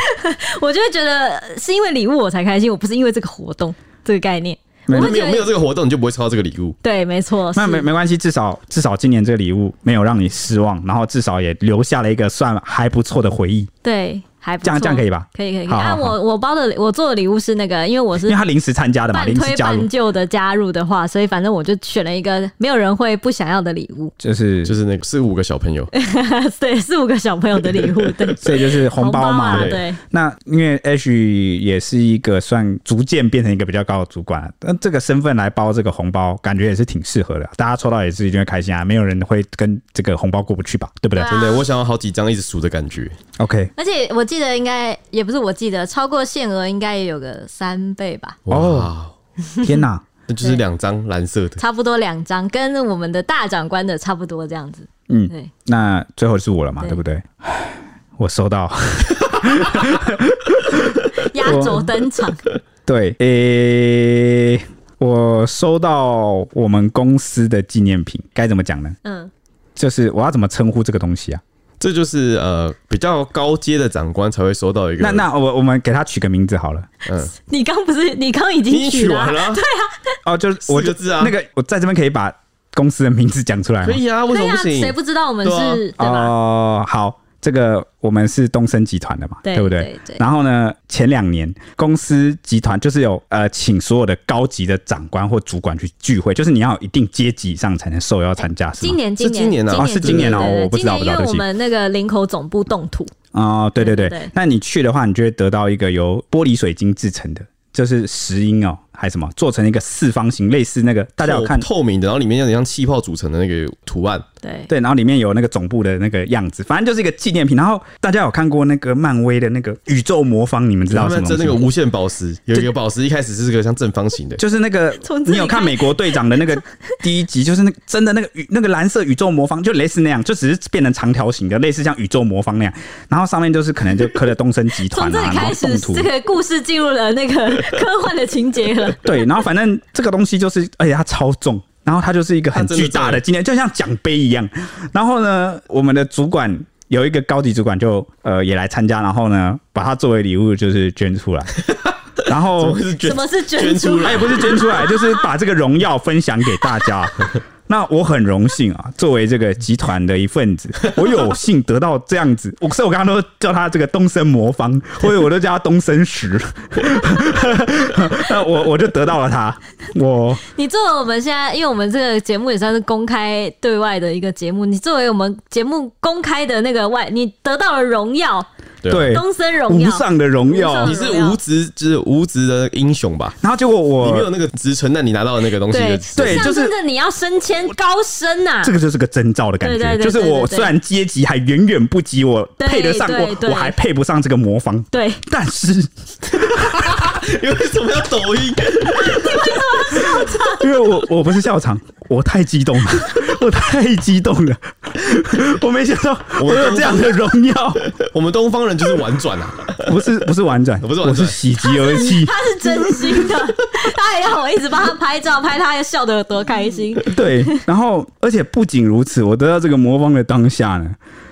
S2: 我就会觉得呃是因为礼物我才开心，我不是因为这个活动这个概念。 我会
S3: 没
S2: 觉
S3: 有没有
S2: 得
S3: 这个活动，你就不会抽到这个礼物。
S2: 对，没错，
S1: 那
S2: 是
S1: 没没关系，至少至少今年这个礼物没有让你失望，然后至少也留下了一个算还不错的回忆，
S2: 对，还不
S1: 这样
S2: 错
S1: 这样可以吧
S2: 可以可以可以。
S1: 好好好
S2: 啊，我我包的我做的礼物是那个，因为我
S1: 因
S2: 是
S1: 为他临时参加的嘛，
S2: 半
S1: 临时
S2: 推
S1: 加入
S2: 半就的加入的话，所以反正我就选了一个没有人会不想要的礼物，
S1: 就是
S3: 就是那个是五个小朋友，
S2: 对，四五个小朋友 的礼物，对，
S1: 所以就是红包嘛，
S2: 啊
S1: 对
S2: 对，
S1: 那因为 H 也是一个算逐渐变成一个比较高的主管，那这个身份来包这个红包，感觉也是挺适合的。大家抽到也是一定会开心啊，没有人会跟这个红包过不去吧？对不对
S2: 对啊
S3: 真的，我想要好几张一直数的感觉。
S1: ？OK，
S2: 而且我记得应该也不是我记得，超过限额应该也有个三倍吧，
S1: 哦
S3: 哇，
S1: 天哪、
S3: 那就是两张蓝色的，
S2: 差不多两张，跟我们的大长官的差不多这样子。
S1: 嗯
S2: 对，
S1: 那最后是我了嘛，
S2: 对
S1: 对不对？我收到，
S2: 压轴登场，
S1: 对，诶、我收到我们公司的纪念品，该怎么讲呢？
S2: 嗯，
S1: 就是我要怎么称呼这个东西啊？
S3: 这就是呃比较高阶的长官才会收到一个。
S1: 那那我我们给它取个名字好了。
S3: 嗯，
S2: 你刚不是你刚已
S3: 你已
S2: 经
S3: 经取
S2: 了啊、
S3: 完了啊，
S1: 哦，就是
S3: 四
S1: 我
S3: 个
S1: 就
S3: 字啊
S1: 那个我在这边可以把公司的名字讲出来
S3: 可
S1: 吗？
S3: 以啊，为什
S2: 对
S3: 么
S2: 呀、
S3: 不行？
S2: 谁不知道我们是
S3: 对啊
S2: 对吧？
S1: 哦，好，这个我们是东升集团的嘛，
S2: 对
S1: 不对？
S2: 对对
S1: 然后呢，前两年公司集团就是有呃，请所有的高级的长官或主管去聚会，就是你要有一定阶级以上才能受邀参加，是
S2: 哎今
S1: 吗？
S2: 年
S3: 是
S2: 今
S3: 今年啊
S2: 今
S3: 哦
S1: 是今年啊
S2: 对对对
S1: 我不知道不
S2: 今
S1: 知道
S2: 年因
S1: 对
S2: 为
S1: 不
S2: 我
S1: 起
S2: 们那个林口总部动土，
S1: 哦，对对对。
S2: 对对对
S1: 那你去的话，你就会得到一个由玻璃水晶制成的，就是石英哦，还是什么，做成一个四方形，类似那个大家有
S3: 透
S1: 看
S3: 透明的，然后里面有点像气泡组成的那个图案，
S2: 对，
S1: 对，然后里面有那个总部的那个样子，反正就是一个纪念品。然后大家有看过那个漫威的那个宇宙魔方，你们知道
S3: 他
S1: 是什
S3: 们
S1: 么
S3: 在
S1: 东西
S3: 那
S1: 吗？
S3: 个无限宝石，有一个宝石一开始是个像正方形 的，
S1: 就是那个
S2: 从，这里
S1: 你有看
S2: 开
S1: 美国队长的那 个第一集，就是那个真的那个宇那个蓝色宇宙魔方，就类似那样，就只是变成长条形的，类似像宇宙魔方那样。然后上面就是可能就刻了东森集团
S2: 从这
S1: 啊，
S2: 里
S1: 然后
S2: 开
S1: 动
S2: 始，
S1: 图
S2: 这个故事进入了那个科幻的情节了。
S1: 对，然后反正这个东西就是，而且它超重，然后它就是一个很
S3: 啊它真的
S1: 巨大的
S3: 重
S1: 纪念，就像奖杯一样。然后呢，我们的主管有一个高级主管就呃也来参加，然后呢把它作为礼物就是捐出来，然 后
S3: 是
S2: 什么是
S3: 捐
S2: 卷
S3: 出
S1: 他
S3: 来
S1: 也哎不是捐出来，就是把这个荣耀分享给大家。那我很荣幸啊，作为这个集团的一份子，我有幸得到这样子。我所以，我刚刚都叫他这个东升魔方，或者我都叫他东升石。 那我我就得到了他，我
S2: 你作为我们现在，因为我们这个节目也算是公开对外的一个节目，你作为我们节目公开的那个外，你得到了荣耀，
S1: 对
S2: 东森荣
S1: 无
S2: 耀，
S1: 上的荣
S2: 无
S1: 耀
S2: 上。
S3: 啊你是无职之无职的英雄吧？
S1: 然后结果
S3: 你没有
S1: 我
S3: 那个职称，但你拿到的那个东西
S2: 对
S3: 就，
S1: 对
S2: 象
S1: 就是
S2: 征着你要升迁高升啊呐、
S1: 这个就是个征兆的感
S2: 对对
S1: 觉，
S2: 对
S1: 就是我
S2: 对对对
S1: 虽然阶级还远远不及我
S2: 对
S1: 配得上
S2: 对
S1: 我，
S2: 对
S1: 我还配不上这个魔方，
S2: 对，
S1: 但是。
S3: 你为什么要抖音？
S1: 因为我我不是笑场，我太激动了，我太激动了，我没想到我有这样的荣 耀，
S3: 我们东方人就是婉转啊，
S1: 不是不是婉转，
S3: 不是婉转
S1: 我是喜极而 泣，
S2: 他是真心 的，他还让我一直帮他拍照，拍他笑得有多开心。
S1: 对。然后，而且不仅如此，我得到这个魔方的当下呢，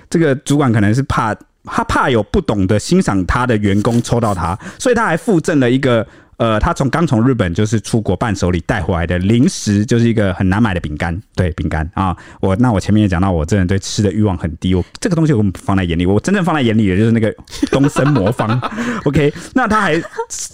S1: 这个主管可能是怕他怕有不懂得欣赏他的员工抽到他，所以他还附赠了一个。呃，他从刚从日本就是出国伴手礼带回来的零食，就是一个很难买的饼干，对饼干啊。我那我前面也讲到，我这人对吃的欲望很低，我这个东西我没放在眼里，我真正放在眼里的就是那个东森魔 方。OK，那他还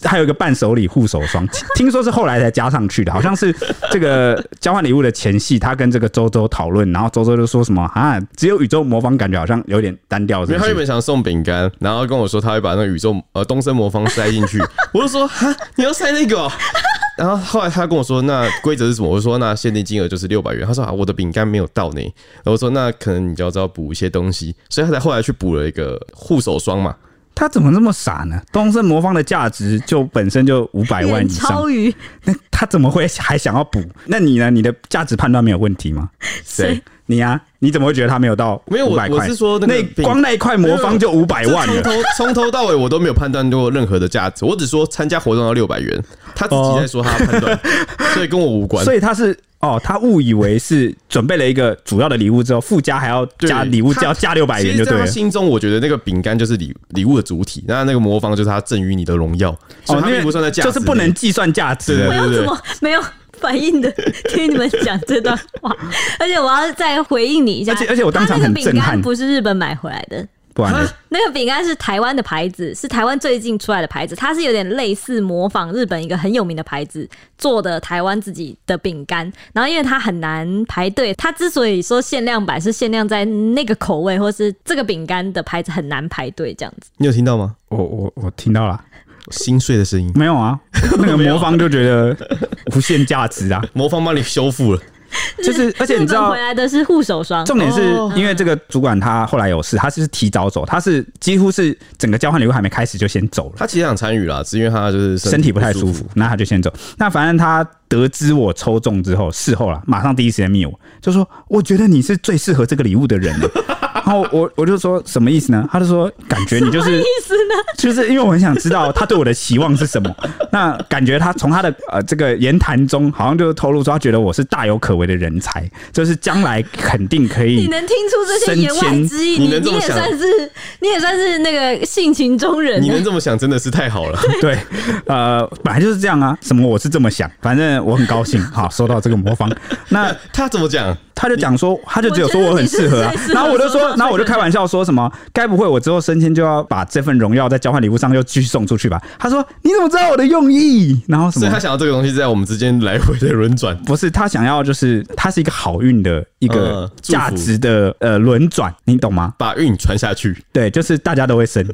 S1: 还有一个伴手礼护手霜，听说是后来才加上去的，好像是这个交换礼物的前戏，他跟这个周周讨论，然后周周就说什么啊，只有宇宙魔方感觉好像有点单调，
S3: 因
S1: 是
S3: 为
S1: 不
S3: 他
S1: 是
S3: 原？本想送饼干，然后跟我说他会把那个宇宙呃东森魔方塞进 去，我就说哈，你要塞那个、 哦。然后后来他跟我说，那规则是什么？我就说那限定金额就是六百元。他说啊，我的饼干没有到呢。然后我说那可能你就要知道补一些东西，所以他才后来去补了一个护手霜嘛。
S1: 他怎么这么傻呢？东森魔方的价值就本身就五百万
S2: 远
S1: 以上
S2: 超，于
S1: 那他怎么会还想要 补？那你呢？你的价值判断没有问题吗？
S3: 谁？
S1: 你啊，你怎么会觉得他没有到
S3: 没有
S1: 五
S3: 我
S1: 百块？
S3: 我是说那个
S1: 那
S3: 饼
S1: 光那一块魔方就五百万
S3: 从
S1: 了。
S3: 头从头到尾我都没有判断过任何的价值，我只说参加活动要六百元，他自己在说他判 断，所以跟我无关。
S1: 所以他是哦，他误以为是准备了一个主要的礼物之后，附加还要
S3: 对
S1: 加礼物，
S3: 他
S1: 只要加六百元
S3: 其
S1: 就
S3: 实在
S1: 对
S3: 他
S1: 了。
S3: 心中，我觉得那个饼干就是礼礼物的主体，那那个魔方就是他赠予你的荣耀，所以
S1: 因
S3: 他并
S1: 为
S3: 不算在价值
S1: 哦就
S3: 里，
S1: 是不能计算价值
S3: 对
S1: 的。
S2: 我
S3: 对
S2: 要
S3: 对
S2: 怎
S3: 对
S2: 么没有反应的听你们讲这段话？而且我要再回应你一下，
S1: 而且而且我当场
S2: 他那
S1: 很
S2: 个饼
S1: 震撼
S2: 干不是日本买回来的，
S1: 不然呢
S2: 那个饼干是台湾的牌子，是台湾最近出来的牌子，它是有点类似模仿日本一个很有名的牌子做的台湾自己的饼干。然后因为它很难排队，它之所以说限量版是限量在那个口味或是这个饼干的牌子很难排队这样子。
S3: 你有听到吗？
S1: 我我哦我听到了，
S3: 心碎的声音，
S1: 没有啊？那个魔方就觉得无限价值啊。
S3: 魔方帮你修复了，
S1: 就是而且你知
S2: 日本
S1: 道
S2: 回。来的是护手霜，
S1: 重点是
S3: 哦
S1: 因为这个主管他后来有事，他是提早走，他是几乎是整个交换礼物还没开始就先走了，
S3: 他其实想参与啦，只因为他就是
S1: 身体不太
S3: 舒
S1: 舒服，那他就先走。那反正他得知我抽中之后，事后啦，马上第一时间密我，就说我觉得你是最适合这个礼物的人了。然后我我就说什么意思呢？他就说感觉你就是
S2: 意思呢？
S1: 就是因为我很想知道他对我的期望是什么。那感觉他从他的呃这个言谈中，好像就透露出他觉得我是大有可为的人才，就是将来肯定可
S2: 你
S1: 以。
S2: 能听出这些言外之意，
S3: 升迁
S2: 你
S3: 你能这
S2: 你
S3: 么
S2: 也
S3: 想
S2: 算是你也算是那个性情中人
S3: 你
S2: 呢、
S3: 能这么想真的是太 好了。
S1: 对，呃，本来就是这样啊。什么我是这么想，反正我很高兴。好，收到这个魔方，那
S3: 他怎么讲？
S1: 他就讲说，他就只有说我很适合啊
S2: 我觉得你是最适合，
S1: 然后我就说
S2: 做这，个
S1: 然后我就开玩笑说什么，该不会我之后升迁就要把这份荣耀在交换礼物上又继续送出去吧？他说你怎么知道我的用意？然后什么
S3: 所以他？想要这个东西在我们之间来回的轮转。
S1: 不是他想要，就是他是一个好运的一个
S3: 嗯祝福
S1: 价值的、呃轮转，你懂吗？
S3: 把运传下去，
S1: 对，就是大家都会生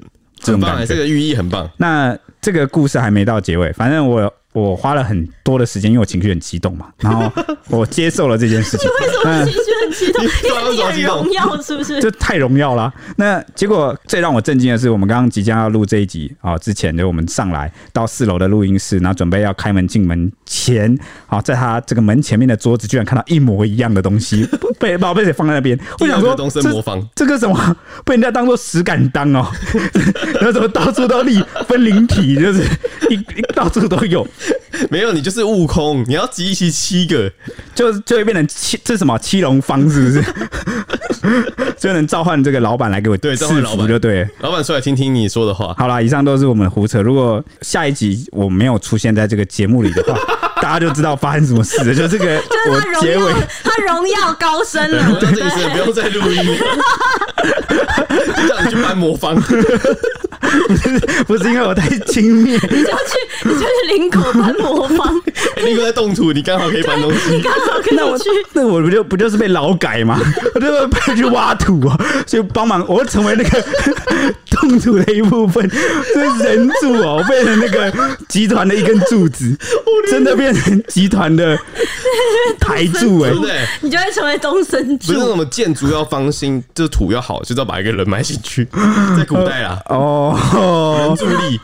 S1: 这种
S3: 很棒、欸，
S1: 感
S3: 这
S1: 觉。
S3: 个寓意很棒。
S1: 那这个故事还没到结尾，反正我我花了很多的时间，因为我情绪很激动嘛，然后我接受了这件 事情。
S2: 为什么情绪很激动？因为你很荣耀，是不是？
S1: 这太荣耀啦！ 那结果最让我震惊的是，我们刚刚即将要录这一集啊、之前就我们上来到四楼的录音室，然后准备要开门进门前，好、在他这个门前面的桌子，居然看到一模一样的东 西，被宝贝也放在那边。我想
S3: 第
S1: 说，
S3: 二个东森
S1: 这
S3: 模仿
S1: 这个什么被人家当做石敢当哦， 然后怎么到处都立分灵体，就是一一到处都有，
S3: 没有，你就是悟空，你要集齐七个，
S1: 就就会变成七，这是什么七龙方是不是？ 就能召唤这个老板来给我
S3: 对
S1: 赐
S3: 召唤老
S1: 福
S3: 板
S1: 就对了。
S3: 老板出来听听你说的话。
S1: 好啦，以上都是我们的胡扯。如果下一集我没有出现在这个节目里的 话，大家就知道发生什么事了。就这个，
S2: 就是他
S1: 我结
S2: 荣
S1: 尾
S2: 耀，他荣耀高升
S3: 对，
S2: 了。
S3: 到这一次不用再录音， 就叫你去搬魔 方。哎
S1: 不是因为我太轻蔑，
S2: 你就去，你就去领口搬魔方，
S3: 欸、你哥在动土，你刚好可以搬东西。
S2: 刚好可
S1: 那我
S2: 以去。
S1: 那我不就不就是被劳改吗？我就被去挖土啊，所以帮忙，我会成为那个动土的一部分，这人柱哦，我变成那个集团的一根柱子，真的变成集团的台柱 哎、
S3: 对不对？
S2: 你就会成为东升
S3: 不是那
S2: 柱，
S3: 种建筑要方心，就是土要好，就是要把一个人埋进 去。在古代啦，
S1: 哦，
S3: 助 力，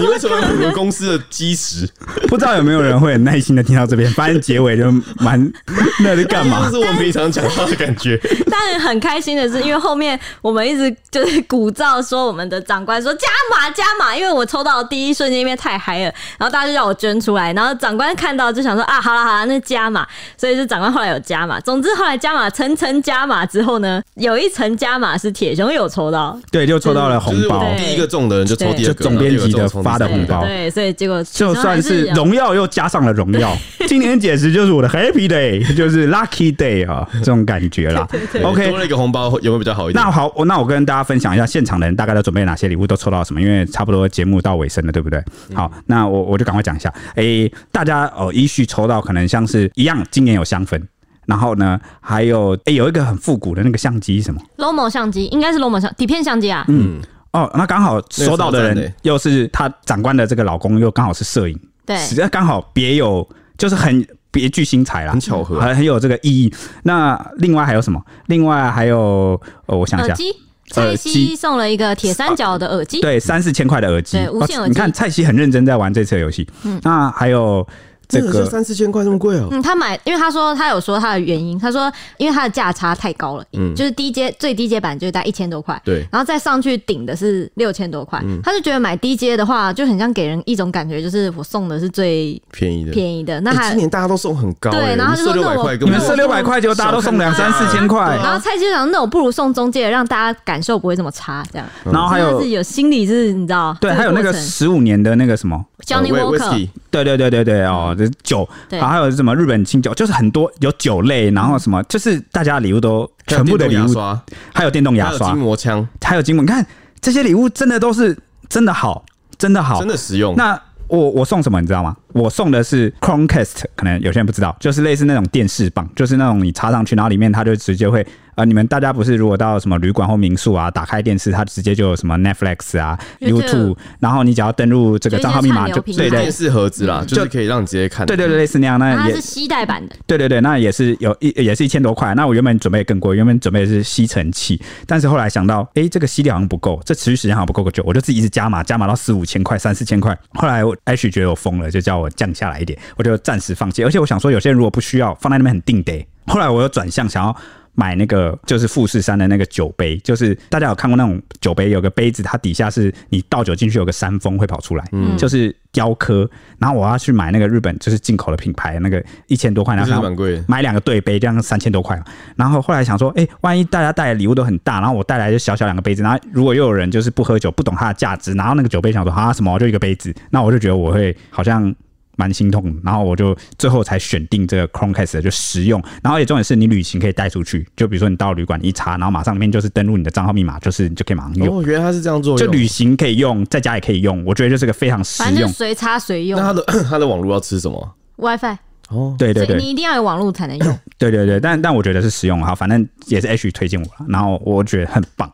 S3: 你为什么我们公司的基石？
S1: 不知道有没有人会很耐心的听到这边，反正结尾就蛮 那是干
S3: 这
S1: 嘛？
S3: 是我们平常讲话的感 觉。
S2: 但很开心的是，因为后面我们一直就是鼓噪说我们的长官说加码加码，因为我抽到的第一瞬间因为太嗨了，然后大家就叫我捐出来，然后长官看到就想说啊，好了好了，那加码，所以是长官后来有加码。总之后来加码层层加码之后呢，有一层加码是铁熊有哦抽到，
S1: 对，就抽到了
S3: 就
S1: 红
S3: 是我
S1: 包，
S3: 们第一个中的人就抽第二
S1: 就
S3: 个，
S1: 总编辑的
S3: 然后第二个中
S1: 发的
S3: 第三
S1: 红
S3: 个
S1: 包，
S2: 对，所以结果
S1: 就算
S2: 是
S1: 是
S2: 有
S1: 荣耀又加上了荣 耀。今年简直就是我的 Happy Day，就是 Lucky Day 啊、这种感觉啦。
S3: 对
S1: OK，
S3: 多了一个红包有没有比较好一点
S1: 那？好，我那我跟大家分享一下现场的人大概都准备哪些礼物，都抽到什么，因为差不多节目到尾声了，对不对？
S3: 嗯
S1: 好，那我我就赶快讲一下，诶、大家哦依序抽到可能像是一样，今年有香氛。然后呢，还有诶、有一个很复古的那个相机是什么
S2: Lomo 相机应该是 Lomo 相底片相机啊，
S3: 嗯，
S1: 哦，那刚好收到的
S3: 那个超
S1: 人
S3: 赞的
S1: 又是他长官的这个老公，又刚好是摄影，
S2: 对，
S1: 实在刚好别有就是很别具新才啦
S3: 很，巧合。
S1: 很很有这个意义。那另外还有什么？另外还有呃，我想一
S2: 耳
S1: 下，
S2: 机，蔡
S1: 耳
S2: 西
S1: 机啊
S2: 送了一个铁三角的耳机，
S1: 对，三四千块的耳机，哦
S2: 对无线耳机
S1: 你看蔡西很认真在玩这次的游戏。那还有这
S3: 真的是
S1: 个，
S3: 三四千块这么贵哦？
S2: 嗯，他买，因为他说他有说他的原因，他说因为他的价差太高了，
S3: 嗯
S2: 就是低阶最低阶版就是大概一千多块，
S3: 对，
S2: 然后再上去顶的是六千多块，
S1: 嗯
S2: 他就觉得买低阶的话就很像给人一种感觉，就是我送的是最
S3: 便宜的。
S2: 便宜
S1: 哎
S2: 的，那
S3: 欸
S2: 他。
S3: 今年大家都送很高欸，
S2: 对然后他就说
S3: 六
S2: 那
S3: 百
S2: 我
S3: 块根
S1: 你
S3: 本
S1: 们
S3: 就
S1: 设六百块，结果大家都送两三四千块
S3: 对。
S2: 然后蔡机长，那我不如送中介，让大家感受不会这么差，这样。
S1: 然后还
S2: 他
S1: 有
S2: 是有心理是，你知道？
S1: 对，
S2: 这
S1: 还有那个
S2: 过程
S1: 十五年的那个什么，
S2: Johnny
S3: 呃
S2: Walker，
S3: 威 whisky
S1: 对对对对对哦，这酒，
S2: 嗯对
S1: 然后还有什么日本清酒，就是很多有酒类，然后什么，就是大家礼物都全部的礼
S3: 还有电动牙
S1: 物，
S3: 刷，
S1: 还有电动牙
S3: 还有
S1: 刷
S3: 筋，膜枪，
S1: 还有金文，你看这些礼物真的都是真的好，真的好
S3: 真，的实用。
S1: 那我我送什么你知道吗？我送的是 Chromecast，可能有些人不知道，就是类似那种电视棒，就是那种你插上去，然后里面它就直接会啊，你们大家不是如果到什么旅馆或民宿啊，打开电视，它直接就有什么 Netflix 啊、
S2: YouTube
S1: YouTube，然后你只要登入这个账号密码就
S2: 就一些
S1: 对
S2: 串流平台
S1: 对
S3: 电视盒子啦，就是可以让你直接看。
S1: 对对对，类似那样，
S2: 啊
S1: 那
S2: 它
S1: 哎也
S2: 是吸带版的，
S1: 对对对，那也是有一也是一千多块。那我原本准备更贵，原本准备的是吸尘器，但是后来想到，哎，这个吸力好像不够，这持续时间好像不够久，我就自己一直加码，加码到四五千块、三四千块。后来我 H 觉得我疯了，就叫我降下来一点，我就暂时放弃。而且我想说，有些人如果不需要放在那边很定得。后来我又转向想要。买那个就是富士山的那个酒杯，就是大家有看过那种酒杯，有个杯子，它底下是你倒酒进去有个山峰会跑出来，就是雕刻。然后我要去买那个日本就是进口的品牌，那个一千多块，然后
S3: 那是
S1: 想
S3: 蛮贵的。
S1: 买两个对杯，这样三千多块嘛。然后后来想说，哎、万一大家带的礼物都很大，然后我带来就小小两个杯子，然后如果又有人就是不喝酒，不懂它的价值，拿到那个酒杯想说啊什么就一个杯子，那我就觉得我会好像。蛮心痛的，然后我就最后才选定这个 Chromecast 的就实用，然后也重点是你旅行可以带出去，就比如说你到旅馆一查，然后马上里面就是登录你的账号密码，就是你就可以马上用，
S3: 哦，原来他是这样做
S1: 就
S3: 用。
S1: 旅行可以用，在家也可以用，我觉得就是个非常实
S2: 反正就
S1: 用
S2: 是。随插随用
S3: 那他的 他的网络要吃什么？
S2: WiFi，
S3: 哦，
S1: 对对
S2: 所
S1: 对，
S2: 以你一定要有网络才能用。
S1: 对对对，但但我觉得是实用哈，反正也是 H 推荐我了，然后我觉得很棒。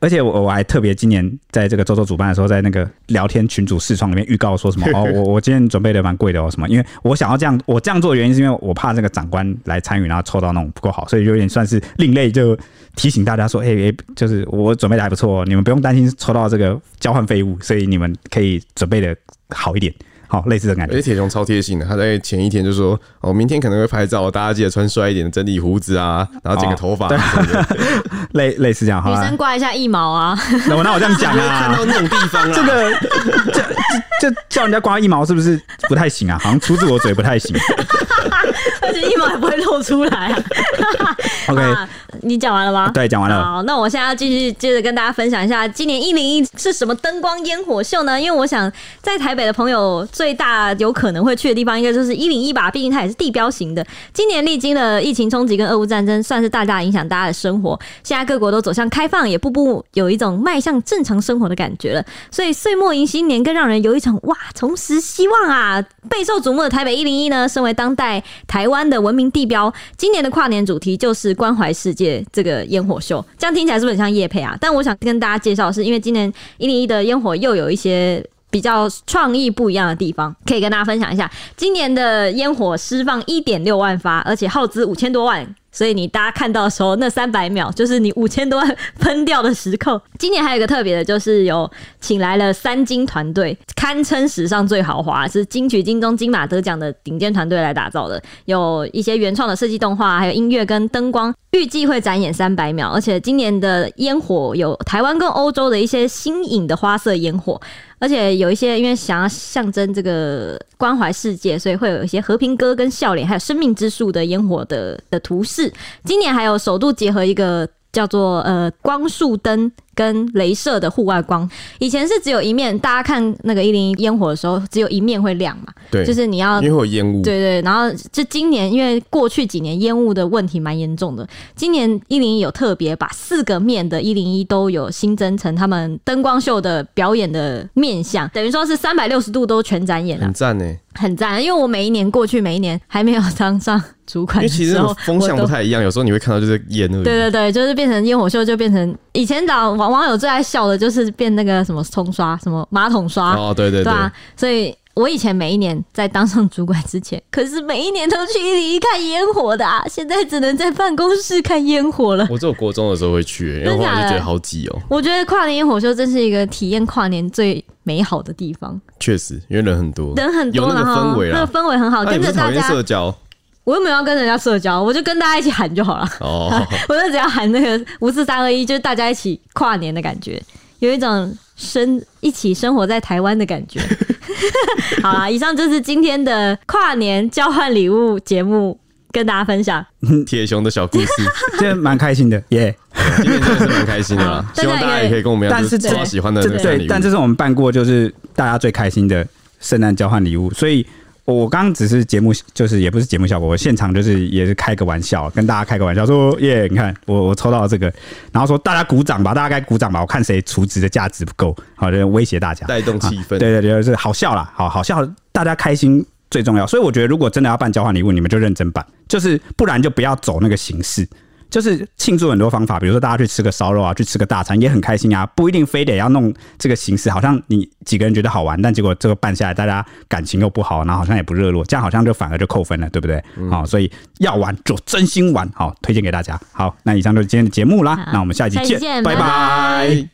S1: 而且我我还特别今年在这个周周主办的时候，在那个聊天群组视窗里面预告说什么哦，我我今天准备的蛮贵的哦什么，因为我想要这样，我这样做的原因是因为我怕这个长官来参与，然后抽到那种不够好，所以有点算是另类，就提醒大家说，哎、哎、就是我准备的还不错哦，你们不用担心抽到这个交换废物，所以你们可以准备的好一点，好类似的感
S3: 而
S1: 觉
S3: 且。铁熊超贴心的，他在前一天就说：“哦，明天可能会拍照，大家记得穿帅一点，整理胡子啊，然后剪个头
S1: 哦
S3: 发、啊。什么 的
S1: 类类似这样，好啊
S2: 女
S1: 啦
S2: 生刮一下腋毛啊，
S1: 那我那我这样讲啊，
S3: 看到那种地方
S1: 这
S3: 啊，
S1: 个这这这叫人家刮一毛是不是不太行啊？好像出自我嘴不 太行。
S2: 而且腋毛也不会露出来啊。
S1: OK，
S2: 啊你讲完了吗？
S1: 对，讲完了。
S2: 好，那我现在要继续接着跟大家分享一下今年一零一是什么灯光烟火秀呢？因为我想在台北的朋友最大有可能会去的地方，应该就是一零一吧，毕竟它也是地标型的。今年历经了疫情冲击跟俄乌战争，算是大大影响大家的生活。现在各国都走向开放，也步步有一种迈向正常生活的感觉了。所以岁末迎新年，更让人有一种哇重拾希望啊！备受瞩目的台北一零一呢，身为当代台湾的文明地标，今年的跨年主题就是关怀世界这个烟火秀。这样听起来是不是很像夜配啊？但我想跟大家介绍的是，因为今年一零一的烟火又有一些。比较创意不一样的地方，可以跟大家分享一下。今年的烟火释放一点六万发，而且耗资五千多万，所以你大家看到的时候，那三百秒就是你五千多万喷掉的时刻。今年还有一个特别的，就是有请来了三金团队，堪称史上最豪华，是金曲、金钟、金马得奖的顶尖团队来打造的，有一些原创的设计动画，还有音乐跟灯光，预计会展演三百秒。而且今年的烟火有台湾跟欧洲的一些新颖的花色烟火，而且有一些因为想要象征这个关怀世界，所以会有一些和平鸽跟笑脸，还有生命之树的烟火的的图示。今年还有首度结合一个。叫做呃光束灯跟镭射的户外光，以前是只有一面，大家看那个一零一烟火的时候，只有一面会亮嘛，
S3: 对，
S2: 就是你要
S1: 呃
S3: 因为会有烟雾，
S2: 对对，然后就今年，因为过去几年烟雾的问题蛮严重的，今年一零一有特别把四个面的一零一都有新增成他们灯光秀的表演的面向，等于说是三百六十度都全展演了
S3: 很，赞欸呢。
S2: 很赞。因为我每一年过去，每一年还没有当上主
S3: 因
S2: 管
S3: 为
S2: 的
S3: 其实
S2: 时
S3: 那
S2: 候
S3: 种，风向
S2: 我都
S3: 不太一样，有时候你会看到就是烟而已。
S2: 对对对，就是变成烟火秀，就变成以前老网网友最爱笑的就是变那个什么冲刷，什么马桶刷，
S3: 哦，对对
S2: 对
S3: 对，
S2: 啊，所以我以前每一年在当上主管之前，可是每一年都去一零一看烟火的啊，现在只能在办公室看烟火了。
S3: 我只有国中的时候会去，欸因为
S2: 真
S3: 后
S2: 假的
S3: 来就觉得好挤哦。
S2: 我觉得跨年烟火秀真是一个体验跨年最美好的地方，
S3: 确实，因为人很多，
S2: 人很
S3: 有
S2: 多，
S3: 那
S2: 然
S3: 个氛
S2: 后
S3: 围
S2: 那
S3: 啦
S2: 个。氛围很好，
S3: 那你
S2: 跟
S3: 不是
S2: 着
S3: 讨
S2: 大
S3: 厌
S2: 家，
S3: 社交
S2: 我又没有要跟人家社交，我就跟大家一起喊就好了，
S3: 哦？
S2: 我就只要喊那个五四三二一，就是大家一起跨年的感觉，有一种生一起生活在台湾的感觉。 好啦，以上就是今天的跨年交换礼物节目，跟大家分享。
S3: 铁熊的小 故事，
S1: 这蛮开心的耶。
S3: 今天真的是蛮开心的啦。
S2: 大家
S3: 希望大家也可以跟我们一样，
S1: 但
S3: 啊就是是抓
S1: 这
S3: 喜欢的那
S1: 这
S3: 个
S1: 对，但这是
S3: 是
S1: 我们办过就是大家最开心的圣诞交换礼物，所以。我我刚刚只是节目，就是也不是节目效果，我现场就是也是开个玩笑，跟大家开个玩笑说耶，你看我我抽到了这个，然后说大家鼓掌吧，大家该鼓掌吧，我看谁储值的价值不够，好就威胁大家，
S3: 带动气氛。
S1: 对对对，就是好笑啦，好好笑，大家开心最重要。所以我觉得，如果真的要办交换礼物，你们就认真办，就是不然就不要走那个形式。就是庆祝很多方法，比如说大家去吃个烧肉啊，去吃个大餐也很开心啊，不一定非得要弄这个形式，好像你几个人觉得好玩，但结果这个办下来大家感情又不好，然后好像也不热络，这样好像就反而就扣分了，对不对？好、所以要玩就真心玩，好、推荐给大家。好，那以上就是今天的节目啦，
S2: 好
S1: 那我们下一集
S2: 下一
S1: 见，
S2: 集见
S1: 拜
S2: 拜
S1: 拜
S2: 拜
S3: 拜。